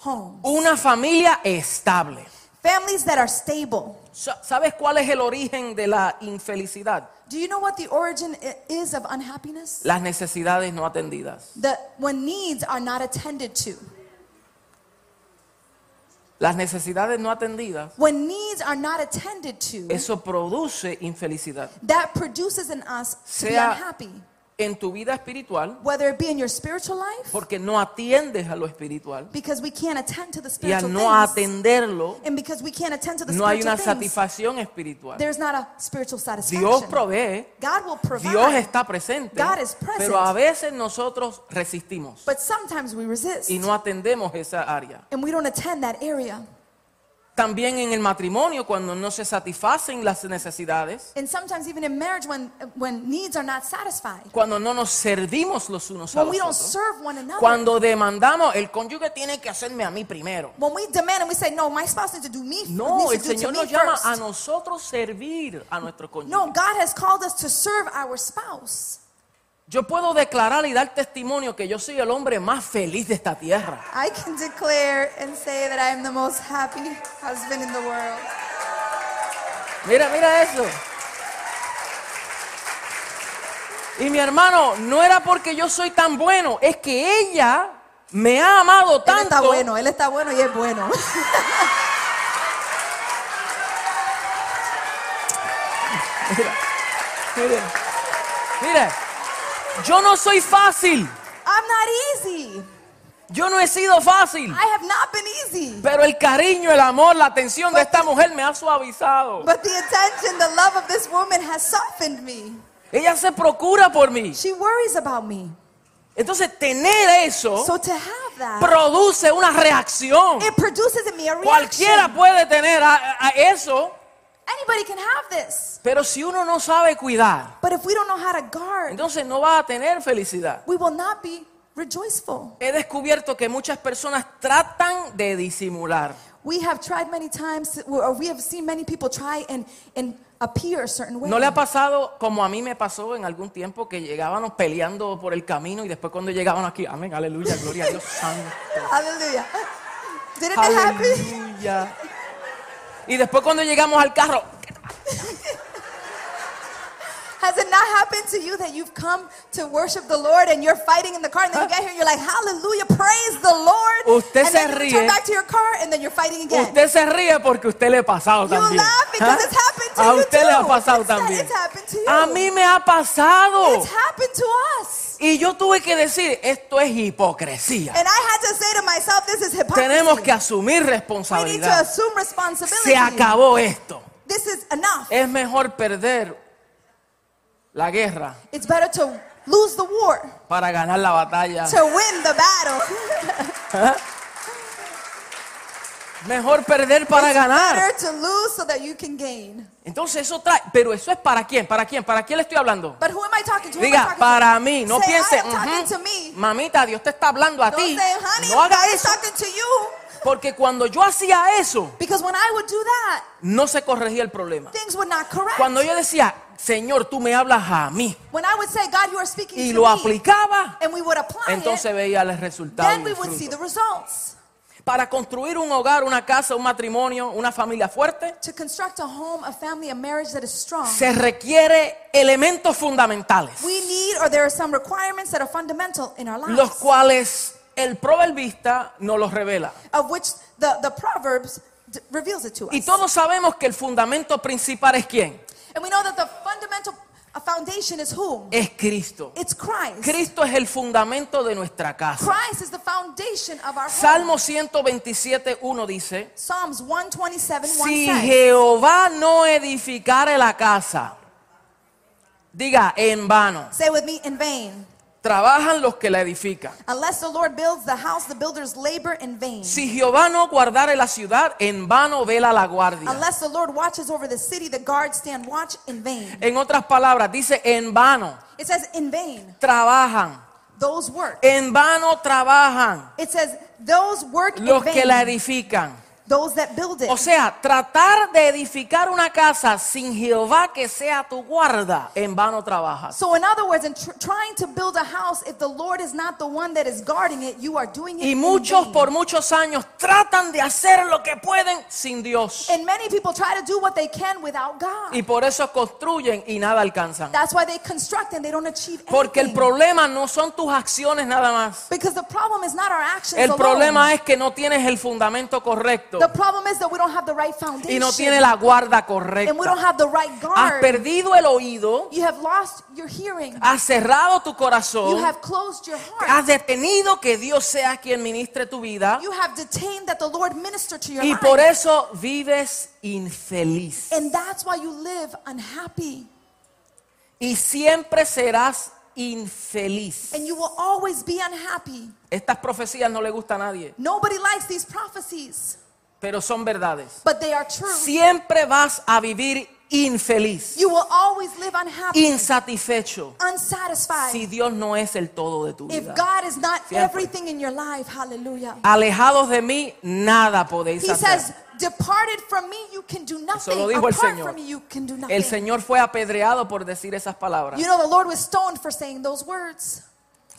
Speaker 2: homes,
Speaker 1: Una familia estable.
Speaker 2: families that are stable.
Speaker 1: Sa- ¿Sabes cuál es el origen de la infelicidad?
Speaker 2: Do you know what the origin i- is of unhappiness?
Speaker 1: Las necesidades no atendidas.
Speaker 2: That when needs are not attended to,
Speaker 1: Las necesidades no atendidas,
Speaker 2: when needs are not attended to,
Speaker 1: eso produce infelicidad.
Speaker 2: that produces in us to be
Speaker 1: Sea-
Speaker 2: unhappy.
Speaker 1: en tu vida espiritual
Speaker 2: Whether it be in your spiritual life,
Speaker 1: porque no atiendes a lo espiritual
Speaker 2: Because we can't attend to the
Speaker 1: y al
Speaker 2: spiritual
Speaker 1: no
Speaker 2: things.
Speaker 1: atenderlo
Speaker 2: And because we can't attend to the
Speaker 1: no hay
Speaker 2: spiritual
Speaker 1: una
Speaker 2: things,
Speaker 1: satisfacción espiritual.
Speaker 2: there's not a spiritual satisfaction.
Speaker 1: Dios provee,
Speaker 2: God will provide.
Speaker 1: Dios está presente,
Speaker 2: God is present. Pues
Speaker 1: pero a veces nosotros resistimos
Speaker 2: But sometimes we resist.
Speaker 1: y no atendemos esa área.
Speaker 2: and we don't attend that area.
Speaker 1: También en el matrimonio cuando no se satisfacen las necesidades,
Speaker 2: And sometimes even in marriage when, when needs are not satisfied.
Speaker 1: cuando no nos servimos los unos a
Speaker 2: When
Speaker 1: los
Speaker 2: we don't
Speaker 1: otros,
Speaker 2: serve one another.
Speaker 1: cuando demandamos el cónyuge tiene que hacerme a mí primero.
Speaker 2: when we demand and we say, no, my spouse needs to do me
Speaker 1: No, el
Speaker 2: needs to do
Speaker 1: Señor
Speaker 2: to
Speaker 1: nos
Speaker 2: me
Speaker 1: llama
Speaker 2: first.
Speaker 1: a nosotros servir a nuestro cónyuge.
Speaker 2: No, God has called us to serve our spouse.
Speaker 1: Yo puedo declarar y dar testimonio que yo soy el hombre más feliz de esta tierra.
Speaker 2: I can declare and say that I am the most happy husband in the world.
Speaker 1: Mira, mira eso. Y mi hermano, no era porque yo soy tan bueno, es que ella me ha amado
Speaker 2: Él está
Speaker 1: tanto
Speaker 2: bueno, él está bueno y es bueno. <laughs>
Speaker 1: Mire, mire, yo no soy fácil.
Speaker 2: I'm not easy.
Speaker 1: Yo no he sido fácil.
Speaker 2: I have not been easy.
Speaker 1: Pero el cariño, el amor, la atención de esta mujer me ha suavizado.
Speaker 2: But the attention, the love of this woman has softened me.
Speaker 1: Ella se procura por mí.
Speaker 2: She worries about me.
Speaker 1: Entonces, tener eso
Speaker 2: So to have that,
Speaker 1: produce una reacción.
Speaker 2: it produces in me a reaction.
Speaker 1: Cualquiera puede tener a- a eso,
Speaker 2: Anybody can have this.
Speaker 1: pero si uno no sabe cuidar,
Speaker 2: But if we don't know how to guard,
Speaker 1: entonces no va a tener felicidad.
Speaker 2: we will not be rejoiceful.
Speaker 1: He descubierto que muchas personas tratan de disimular.
Speaker 2: We have tried many times, to- or we have seen many people try and, and appear a certain way.
Speaker 1: ¿No le ha pasado como a mí me pasó en algún tiempo que llegábamos peleando por el camino y después cuando llegábamos aquí, amén, aleluya, gloria a
Speaker 2: <laughs>
Speaker 1: Dios santo,
Speaker 2: Hallelujah. Didn't it happen?
Speaker 1: aleluya. Y después cuando llegamos al carro,
Speaker 2: Has it not happened to you that you've come to worship the Lord and you're fighting in the car and then you get here and you're like, Hallelujah, praise the Lord.
Speaker 1: Usted
Speaker 2: and
Speaker 1: se
Speaker 2: then you
Speaker 1: ríe.
Speaker 2: turn back to your car and then you're fighting again.
Speaker 1: usted se ríe porque usted le ha pasado
Speaker 2: you
Speaker 1: también.
Speaker 2: laugh because
Speaker 1: ¿Ah?
Speaker 2: it's happened to
Speaker 1: A
Speaker 2: you
Speaker 1: usted
Speaker 2: too.
Speaker 1: le ha pasado
Speaker 2: it's, that-
Speaker 1: también.
Speaker 2: it's happened to you.
Speaker 1: A mí me ha pasado.
Speaker 2: It's happened to us.
Speaker 1: Y yo tuve que decir, esto es hipocresía.
Speaker 2: And I had to say to myself, this is hypocrisy.
Speaker 1: Tenemos que asumir
Speaker 2: we need to
Speaker 1: responsabilidad.
Speaker 2: assume responsibility.
Speaker 1: Se acabó esto.
Speaker 2: This is enough.
Speaker 1: Es mejor perder la guerra
Speaker 2: It's better to lose the war,
Speaker 1: para ganar la batalla.
Speaker 2: to win the battle.
Speaker 1: Mejor perder para
Speaker 2: it's
Speaker 1: ganar.
Speaker 2: better to lose so that you can gain.
Speaker 1: Entonces eso trae, pero eso es para quién, para quién, para quién le estoy hablando.
Speaker 2: But who am I talking to? Who am I
Speaker 1: Diga,
Speaker 2: talking to?
Speaker 1: para mí, no
Speaker 2: Say,
Speaker 1: piense,
Speaker 2: I am talking
Speaker 1: "Ujú,
Speaker 2: to me.
Speaker 1: mamita, Dios te está hablando a
Speaker 2: Don't
Speaker 1: ti.
Speaker 2: say, honey,
Speaker 1: No
Speaker 2: I'm
Speaker 1: haga
Speaker 2: God is
Speaker 1: eso,
Speaker 2: talking to you.
Speaker 1: porque cuando yo hacía eso,
Speaker 2: Because when I would do that,
Speaker 1: no se corregía el problema.
Speaker 2: things would not correct.
Speaker 1: Cuando yo decía, Señor, tú me hablas a mí,
Speaker 2: when I would say, God, you are speaking
Speaker 1: y
Speaker 2: to
Speaker 1: lo
Speaker 2: me,
Speaker 1: aplicaba,
Speaker 2: and we would apply
Speaker 1: Entonces
Speaker 2: it,
Speaker 1: veía el resultado.
Speaker 2: then
Speaker 1: y
Speaker 2: we
Speaker 1: el
Speaker 2: would see
Speaker 1: fruto.
Speaker 2: the results.
Speaker 1: Para construir un hogar, una casa, un matrimonio, una familia fuerte,
Speaker 2: To construct a home, a family, a marriage that is strong,
Speaker 1: se requiere elementos fundamentales,
Speaker 2: we need, or there are some requirements that are fundamental in our lives,
Speaker 1: los cuales el proverbista nos los revela.
Speaker 2: of which the, the Proverbs d- reveals it to us.
Speaker 1: Y todos sabemos que el fundamento principal es quién?
Speaker 2: and we know that the fundamental uh, foundation is whom?
Speaker 1: Es Cristo.
Speaker 2: It's Christ.
Speaker 1: Cristo es el fundamento de nuestra casa.
Speaker 2: Christ is the foundation of our home.
Speaker 1: Salmo 127, 1 dice,
Speaker 2: Psalms 127, 1
Speaker 1: si
Speaker 2: says,
Speaker 1: Jehová no edificare la casa, diga, en vano,
Speaker 2: Say with me, in vain.
Speaker 1: trabajan los que la edifican.
Speaker 2: Unless the Lord builds the house, the builders labor in vain.
Speaker 1: Si Jehová no guardare la ciudad, en vano vela la guardia.
Speaker 2: Unless the Lord watches over the city, the guards stand watch in vain.
Speaker 1: En otras palabras, dice, en vano
Speaker 2: It says, in vain,
Speaker 1: trabajan.
Speaker 2: those work.
Speaker 1: En vano trabajan
Speaker 2: It says, those work in
Speaker 1: los que la Oh,
Speaker 2: vain,
Speaker 1: edifican.
Speaker 2: those that build
Speaker 1: O
Speaker 2: it.
Speaker 1: sea, tratar de edificar una casa sin Jehová que sea tu guarda, en vano trabajas.
Speaker 2: So, in other words, in tr- trying to build a house, if the Lord is not the one that is guarding it, you are doing it.
Speaker 1: Y
Speaker 2: in
Speaker 1: muchos
Speaker 2: vain.
Speaker 1: por muchos años tratan de hacer lo que pueden sin Dios.
Speaker 2: And many people try to do what they can without God.
Speaker 1: Y por eso construyen y nada alcanzan.
Speaker 2: That's why they construct and they don't achieve
Speaker 1: Porque el
Speaker 2: anything.
Speaker 1: problema no son tus acciones nada más.
Speaker 2: Because the problem is not our actions
Speaker 1: El
Speaker 2: alone.
Speaker 1: problema es que no tienes el fundamento correcto
Speaker 2: The problem is that we don't have the right foundation.
Speaker 1: y no tienes la guarda
Speaker 2: and we don't
Speaker 1: correcta.
Speaker 2: have the right
Speaker 1: Has
Speaker 2: guard.
Speaker 1: perdido el oído,
Speaker 2: You have lost your hearing.
Speaker 1: has cerrado tu
Speaker 2: you
Speaker 1: corazón,
Speaker 2: have closed your heart.
Speaker 1: has detenido que Dios sea quien ministre tu vida
Speaker 2: you have detained that the Lord minister to your
Speaker 1: y
Speaker 2: life.
Speaker 1: por eso vives infeliz
Speaker 2: and that's why you live unhappy.
Speaker 1: y siempre serás infeliz.
Speaker 2: And you will always be unhappy.
Speaker 1: Estas profecías no le gustan a nadie,
Speaker 2: Nobody likes these prophecies,
Speaker 1: pero son verdades.
Speaker 2: but they are true.
Speaker 1: Siempre vas a vivir infeliz,
Speaker 2: you will always live unhappy,
Speaker 1: insatisfecho,
Speaker 2: unsatisfied.
Speaker 1: si Dios no es el todo de tu vida.
Speaker 2: if God is not
Speaker 1: Siempre.
Speaker 2: everything in your life, hallelujah.
Speaker 1: Alejados de mí, nada podéis
Speaker 2: He
Speaker 1: hacer.
Speaker 2: says, departed from me, you can do nothing.
Speaker 1: dijo el
Speaker 2: Apart
Speaker 1: Señor.
Speaker 2: from me, you can do nothing.
Speaker 1: El Señor fue apedreado por decir esas palabras.
Speaker 2: You know, the Lord was stoned for saying those words.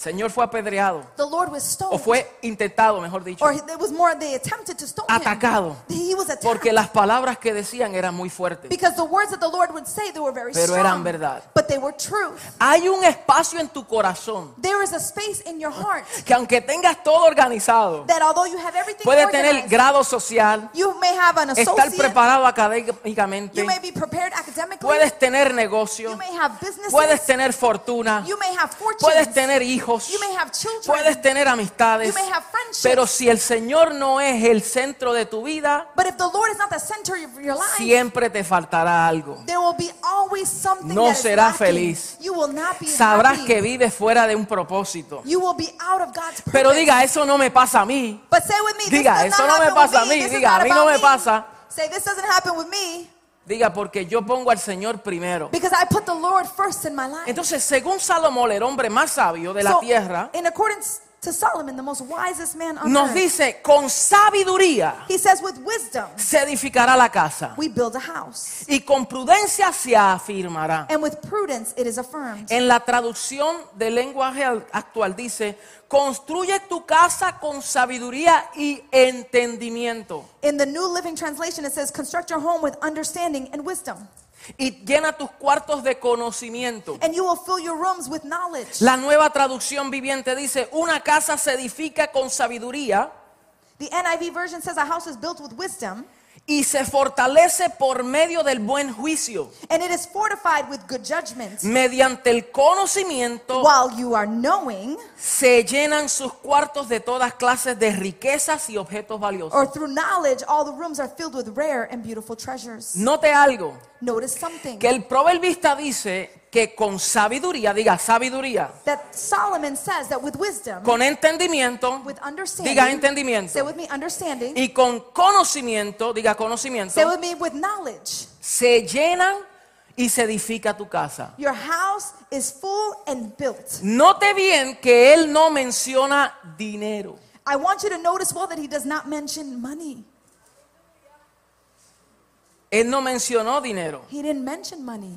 Speaker 1: Señor fue apedreado
Speaker 2: The Lord was
Speaker 1: o
Speaker 2: stoned.
Speaker 1: fue intentado, mejor dicho,
Speaker 2: or it was more they attempted to stone
Speaker 1: Atacado.
Speaker 2: him. He was attacked.
Speaker 1: porque las palabras que decían eran muy fuertes.
Speaker 2: because the words that the Lord would say, they were very
Speaker 1: Pero
Speaker 2: strong.
Speaker 1: eran verdad.
Speaker 2: But they were true.
Speaker 1: Hay un espacio en tu corazón
Speaker 2: There is a space in your heart
Speaker 1: que aunque tengas todo organizado,
Speaker 2: that although you have everything
Speaker 1: puede tener
Speaker 2: organized,
Speaker 1: grado social,
Speaker 2: you may have an
Speaker 1: estar
Speaker 2: associate,
Speaker 1: preparado
Speaker 2: you
Speaker 1: académicamente,
Speaker 2: may be prepared academically,
Speaker 1: puedes tener
Speaker 2: you
Speaker 1: negocio,
Speaker 2: may have businesses,
Speaker 1: puedes tener fortuna,
Speaker 2: you may have fortunes,
Speaker 1: puedes tener hijos,
Speaker 2: you may have children,
Speaker 1: puedes tener amistades,
Speaker 2: you may have friendships,
Speaker 1: pero si el Señor no es el centro de tu vida,
Speaker 2: but if the Lord is not the center of your life,
Speaker 1: siempre te faltará algo.
Speaker 2: there will be always something
Speaker 1: No
Speaker 2: that is
Speaker 1: serás
Speaker 2: lacking.
Speaker 1: feliz.
Speaker 2: You will not be
Speaker 1: Sabrás
Speaker 2: happy.
Speaker 1: que vives fuera de un propósito.
Speaker 2: You will be out of God's purpose.
Speaker 1: Pero diga, eso no me pasa a mí.
Speaker 2: But say with me, this
Speaker 1: Diga,
Speaker 2: does
Speaker 1: "Eso no
Speaker 2: not
Speaker 1: me
Speaker 2: happen
Speaker 1: pasa a
Speaker 2: with me.
Speaker 1: mí."
Speaker 2: This is
Speaker 1: Diga,
Speaker 2: not
Speaker 1: "A mí
Speaker 2: about
Speaker 1: no me
Speaker 2: me."
Speaker 1: pasa.
Speaker 2: Say, this doesn't happen with me
Speaker 1: Diga, porque yo pongo al Señor primero.
Speaker 2: because I put the Lord first in my life.
Speaker 1: Entonces, según Salomón, el hombre más sabio de la
Speaker 2: So, eh,
Speaker 1: tierra,
Speaker 2: in accordance to Solomon, the most wisest man on
Speaker 1: nos
Speaker 2: earth,
Speaker 1: dice, con sabiduría
Speaker 2: he says, with wisdom,
Speaker 1: se edificará la casa
Speaker 2: we build a house.
Speaker 1: y con prudencia se afirmará.
Speaker 2: And with prudence, it is affirmed.
Speaker 1: En la traducción del lenguaje al- actual dice, construye tu casa con sabiduría y entendimiento
Speaker 2: In the New Living Translation, it says, construct your home with understanding and wisdom,
Speaker 1: y llena tus cuartos de conocimiento.
Speaker 2: and you will fill your rooms with knowledge.
Speaker 1: La nueva traducción viviente dice, una casa se edifica con sabiduría
Speaker 2: The NIV version says, a house is built with wisdom,
Speaker 1: y se fortalece por medio del buen juicio,
Speaker 2: and it is fortified with good judgment.
Speaker 1: Mm. mediante el conocimiento
Speaker 2: While you are knowing,
Speaker 1: se llenan sus cuartos de todas clases de riquezas y objetos valiosos.
Speaker 2: or through knowledge, all the rooms are filled with rare and beautiful treasures.
Speaker 1: Note algo,
Speaker 2: Notice something
Speaker 1: que el proverbista dice que con sabiduría, diga sabiduría,
Speaker 2: that Solomon says that with wisdom,
Speaker 1: con entendimiento,
Speaker 2: with
Speaker 1: diga
Speaker 2: understanding, say
Speaker 1: entendimiento,
Speaker 2: with me, understanding,
Speaker 1: y con conocimiento, diga conocimiento,
Speaker 2: say with me, with knowledge,
Speaker 1: se llenan y se edifica tu casa.
Speaker 2: your house is full and built.
Speaker 1: Note bien que él no menciona dinero.
Speaker 2: I want you to notice well that he does not mention money.
Speaker 1: Él no mencionó dinero.
Speaker 2: He didn't mention money.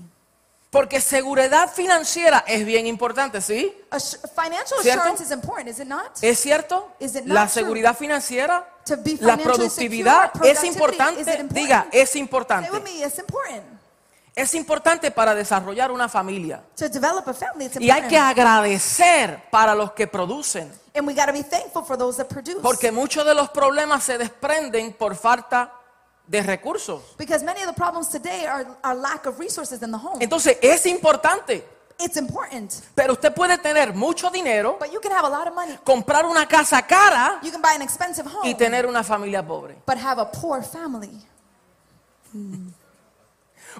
Speaker 1: Porque seguridad financiera es bien importante, ¿sí?
Speaker 2: Ass- financial
Speaker 1: ¿Cierto?
Speaker 2: assurance is important, is it not?
Speaker 1: ¿Es cierto?
Speaker 2: Is it not
Speaker 1: La
Speaker 2: true?
Speaker 1: seguridad financiera,
Speaker 2: To be
Speaker 1: la
Speaker 2: financially
Speaker 1: productividad
Speaker 2: secure,
Speaker 1: es
Speaker 2: productivity, is it
Speaker 1: importante.
Speaker 2: important?
Speaker 1: Diga, es
Speaker 2: Say with
Speaker 1: importante.
Speaker 2: me, it's important
Speaker 1: Es importante para desarrollar una familia.
Speaker 2: to develop a family. It's
Speaker 1: Y hay
Speaker 2: important.
Speaker 1: que agradecer para los que producen.
Speaker 2: And we got to be thankful for those that produce.
Speaker 1: Porque muchos de los problemas se desprenden por falta de recursos.
Speaker 2: because many of the problems today are, are lack of resources in the home.
Speaker 1: Entonces, es importante.
Speaker 2: It's important.
Speaker 1: Pero usted puede tener mucho dinero,
Speaker 2: But you can have a lot of money.
Speaker 1: comprar una casa cara
Speaker 2: You can buy an expensive home,
Speaker 1: y tener una familia pobre.
Speaker 2: but have a poor family.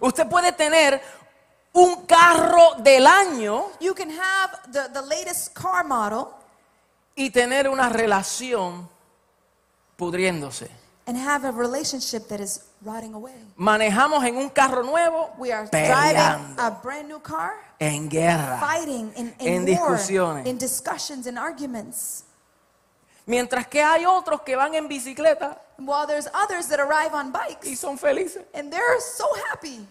Speaker 1: Usted puede tener un carro del año
Speaker 2: You can have the, the latest car model
Speaker 1: y tener una relación pudriéndose.
Speaker 2: and have a relationship that is rotting away.
Speaker 1: Manejamos en un carro nuevo,
Speaker 2: We are driving
Speaker 1: peleando,
Speaker 2: a brand new car,
Speaker 1: en guerra.
Speaker 2: fighting in,
Speaker 1: En
Speaker 2: in war,
Speaker 1: discusiones.
Speaker 2: in discussions, in arguments.
Speaker 1: Mientras que hay otros que van en bicicleta
Speaker 2: While there's others that arrive on
Speaker 1: y
Speaker 2: bikes
Speaker 1: son felices
Speaker 2: and they're so happy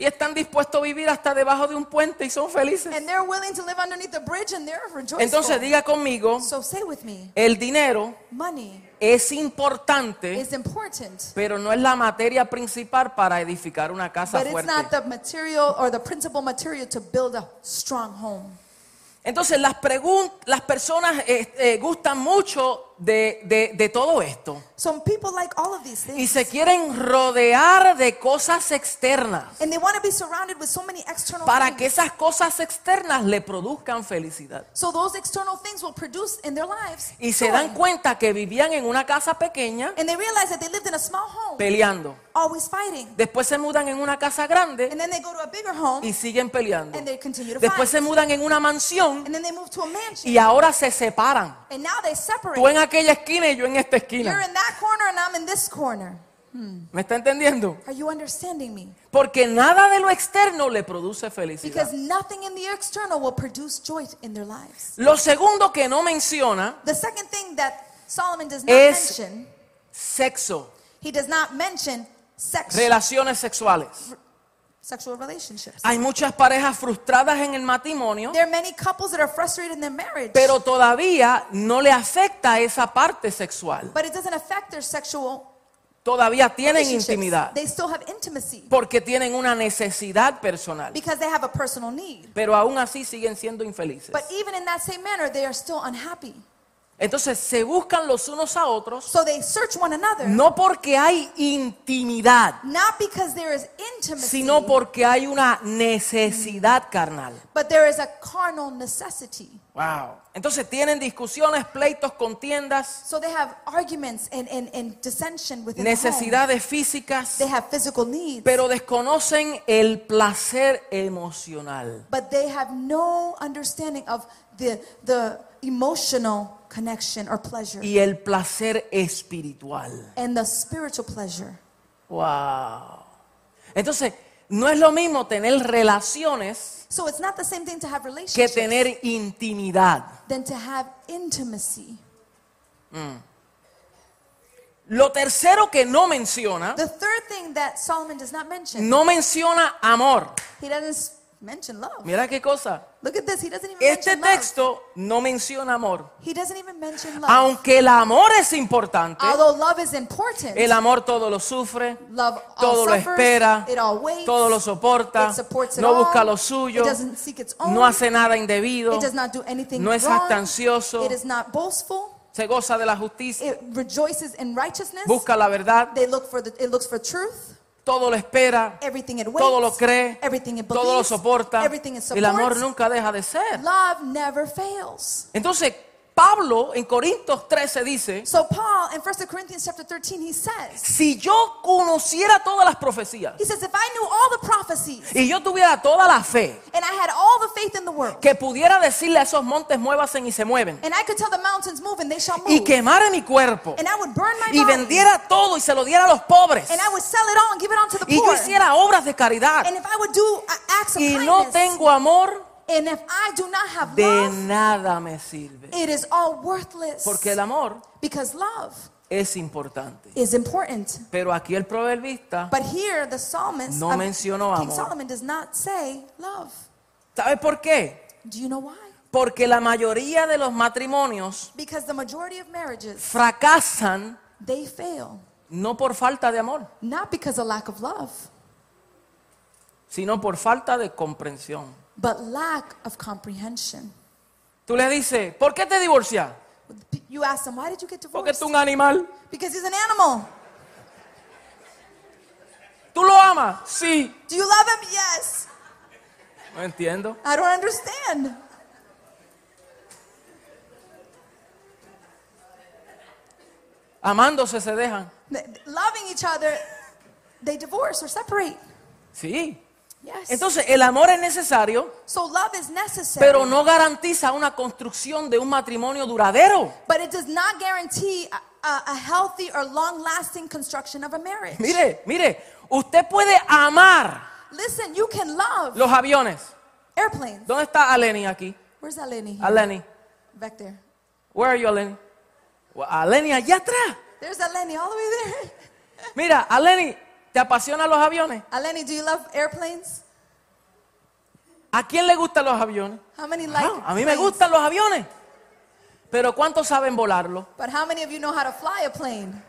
Speaker 1: y están dispuestos a vivir hasta debajo de un puente y son felices.
Speaker 2: and they're willing to live underneath the bridge and they're
Speaker 1: Entonces
Speaker 2: rejoicing.
Speaker 1: diga conmigo,
Speaker 2: So say with me,
Speaker 1: el dinero
Speaker 2: money
Speaker 1: es importante,
Speaker 2: is important,
Speaker 1: pero no es la materia principal para edificar una casa
Speaker 2: but it's
Speaker 1: fuerte.
Speaker 2: not the material or the principal material to build a strong home.
Speaker 1: Entonces las, pregun- las personas eh, eh, gustan mucho de, de- de todo esto
Speaker 2: So people like all of these
Speaker 1: y
Speaker 2: things.
Speaker 1: se quieren rodear de cosas externas
Speaker 2: And they want to be surrounded with so many external
Speaker 1: para
Speaker 2: things.
Speaker 1: que esas cosas externas le produzcan felicidad.
Speaker 2: So those external things will produce in their lives.
Speaker 1: Y se
Speaker 2: joy.
Speaker 1: dan cuenta que vivían en una casa pequeña
Speaker 2: And they realize that they lived in a small home,
Speaker 1: peleando.
Speaker 2: always fighting.
Speaker 1: Después se mudan en una casa grande
Speaker 2: And then they go to a bigger home
Speaker 1: y siguen peleando.
Speaker 2: and they continue to
Speaker 1: Después se
Speaker 2: fight.
Speaker 1: mudan en una mansión
Speaker 2: And then they move to a mansion.
Speaker 1: y ahora se separan.
Speaker 2: And now they separate.
Speaker 1: Tú en aquella esquina y yo en esta
Speaker 2: You're
Speaker 1: esquina.
Speaker 2: in that corner and I'm in this corner. Hmm.
Speaker 1: ¿Me está entendiendo?
Speaker 2: Are you understanding me?
Speaker 1: Porque nada de lo externo le produce felicidad.
Speaker 2: Because nothing in the external will produce joy in their lives.
Speaker 1: Lo segundo que no menciona,
Speaker 2: The second thing that Solomon does not
Speaker 1: Es-
Speaker 2: mention,
Speaker 1: sexo,
Speaker 2: he does not mention sex,
Speaker 1: relaciones sexuales.
Speaker 2: sexual relationships.
Speaker 1: Hay muchas parejas frustradas en el matrimonio,
Speaker 2: There are many couples that are frustrated in their marriage,
Speaker 1: pero todavía no le afecta esa parte sexual.
Speaker 2: but it doesn't affect their sexual
Speaker 1: Todavía tienen
Speaker 2: relationships.
Speaker 1: intimidad
Speaker 2: They still have intimacy
Speaker 1: porque tienen una necesidad personal,
Speaker 2: because they have a personal need.
Speaker 1: pero aún así siguen siendo infelices.
Speaker 2: But even in that same manner, they are still unhappy.
Speaker 1: Entonces se buscan los unos a otros,
Speaker 2: So they search one another,
Speaker 1: no porque hay intimidad,
Speaker 2: not because there is intimacy,
Speaker 1: sino porque hay una
Speaker 2: Mm.
Speaker 1: necesidad carnal.
Speaker 2: but there is a carnal necessity.
Speaker 1: Wow. Entonces tienen discusiones, pleitos, contiendas,
Speaker 2: So they have arguments and, and, and dissension within the home.
Speaker 1: necesidades físicas,
Speaker 2: They have physical needs,
Speaker 1: pero desconocen el placer emocional.
Speaker 2: but they have no understanding of the, the emotional connection or pleasure
Speaker 1: Y el placer espiritual.
Speaker 2: and the spiritual pleasure.
Speaker 1: Wow. Entonces, no es lo mismo tener relaciones
Speaker 2: So it's not the same thing to have
Speaker 1: que
Speaker 2: relationships
Speaker 1: tener intimidad.
Speaker 2: than to have intimacy.
Speaker 1: Lo tercero que no menciona,
Speaker 2: The third thing that Solomon does not mention,
Speaker 1: no menciona amor.
Speaker 2: he doesn't s- mention love.
Speaker 1: Mira qué cosa.
Speaker 2: Look at this, he doesn't even
Speaker 1: Este
Speaker 2: mention love.
Speaker 1: texto no menciona amor.
Speaker 2: He doesn't even mention love.
Speaker 1: Aunque el amor es importante,
Speaker 2: Although love is important,
Speaker 1: el amor todo lo sufre,
Speaker 2: love
Speaker 1: todo
Speaker 2: all
Speaker 1: lo
Speaker 2: suffers,
Speaker 1: espera,
Speaker 2: it all waits,
Speaker 1: todo lo soporta,
Speaker 2: it supports it
Speaker 1: no
Speaker 2: all,
Speaker 1: busca lo suyo,
Speaker 2: it doesn't seek its own,
Speaker 1: no hace nada indebido,
Speaker 2: it does not do anything
Speaker 1: no es
Speaker 2: wrong,
Speaker 1: jactancioso.
Speaker 2: it is not boastful,
Speaker 1: se goza de la justicia,
Speaker 2: it rejoices in righteousness,
Speaker 1: busca la verdad,
Speaker 2: they look for the, it looks for truth,
Speaker 1: todo lo espera,
Speaker 2: everything it waits,
Speaker 1: todo lo cree,
Speaker 2: everything it believes,
Speaker 1: todo lo soporta.
Speaker 2: everything it
Speaker 1: El amor
Speaker 2: supports.
Speaker 1: nunca deja de ser.
Speaker 2: Love never fails.
Speaker 1: Entonces, Pablo en Corintios 13 dice,
Speaker 2: So Paul in 1 Corinthians chapter 13 he says,
Speaker 1: si yo conociera todas las profecías
Speaker 2: he says if I knew all the prophecies
Speaker 1: y yo tuviera toda la fe,
Speaker 2: and I had all the faith in the world
Speaker 1: que pudiera decirle a esos montes muévasen y se mueven
Speaker 2: and I could tell the mountains move and they shall move
Speaker 1: y quemara mi cuerpo
Speaker 2: and I would burn my
Speaker 1: y
Speaker 2: body
Speaker 1: vendiera todo y se lo diera a los pobres
Speaker 2: and I would sell it all and give it on to the
Speaker 1: y yo
Speaker 2: poor
Speaker 1: hiciera obras de caridad
Speaker 2: and if I would do uh, acts of
Speaker 1: y no
Speaker 2: kindness
Speaker 1: tengo amor,
Speaker 2: and if I do not have
Speaker 1: de
Speaker 2: love
Speaker 1: nada me sirve.
Speaker 2: it is all worthless
Speaker 1: Porque el amor
Speaker 2: because love
Speaker 1: es importante.
Speaker 2: is important
Speaker 1: Pero aquí el proverbista,
Speaker 2: but here the psalmist
Speaker 1: No
Speaker 2: uh,
Speaker 1: mencionó
Speaker 2: King
Speaker 1: amor.
Speaker 2: Solomon does not say love
Speaker 1: ¿sabe por qué?
Speaker 2: do you know why
Speaker 1: Porque la mayoría de los matrimonios
Speaker 2: because the majority of marriages
Speaker 1: fracasan
Speaker 2: they fail
Speaker 1: no por falta de amor,
Speaker 2: not because of lack of love
Speaker 1: sino por falta de comprensión.
Speaker 2: but lack of comprehension
Speaker 1: Tú le dices, ¿por qué te divorcias?
Speaker 2: you ask them why did you get
Speaker 1: Porque
Speaker 2: divorced
Speaker 1: tú un animal.
Speaker 2: because he's an animal
Speaker 1: ¿Tú lo amas? Sí.
Speaker 2: do you love him yes
Speaker 1: No entiendo.
Speaker 2: I don't understand.
Speaker 1: Amándose se dejan.
Speaker 2: Th- Loving each other, they divorce or separate.
Speaker 1: Sí.
Speaker 2: Yes.
Speaker 1: Entonces, el amor es necesario,
Speaker 2: so love is necessary.
Speaker 1: pero no garantiza una construcción de un matrimonio duradero.
Speaker 2: But it does not guarantee a, a, a healthy or long lasting construction of a marriage.
Speaker 1: Mire, mire, usted puede amar
Speaker 2: Listen, you can love
Speaker 1: los aviones.
Speaker 2: airplanes.
Speaker 1: ¿Dónde está Aleni aquí?
Speaker 2: Where's Eleni? Here?
Speaker 1: Aleni,
Speaker 2: Back there.
Speaker 1: where are you Aleni? Well, Aleni allá atrás.
Speaker 2: There's Eleni all the way
Speaker 1: Mira, Aleni, ¿te apasionan los aviones?
Speaker 2: there. <laughs> Eleni, do you love airplanes?
Speaker 1: ¿A quién le gustan los aviones?
Speaker 2: How many like
Speaker 1: Ah, a mí me
Speaker 2: planes?
Speaker 1: gustan los aviones. Pero ¿cuántos saben volarlo?
Speaker 2: But how many of you know how to fly a plane?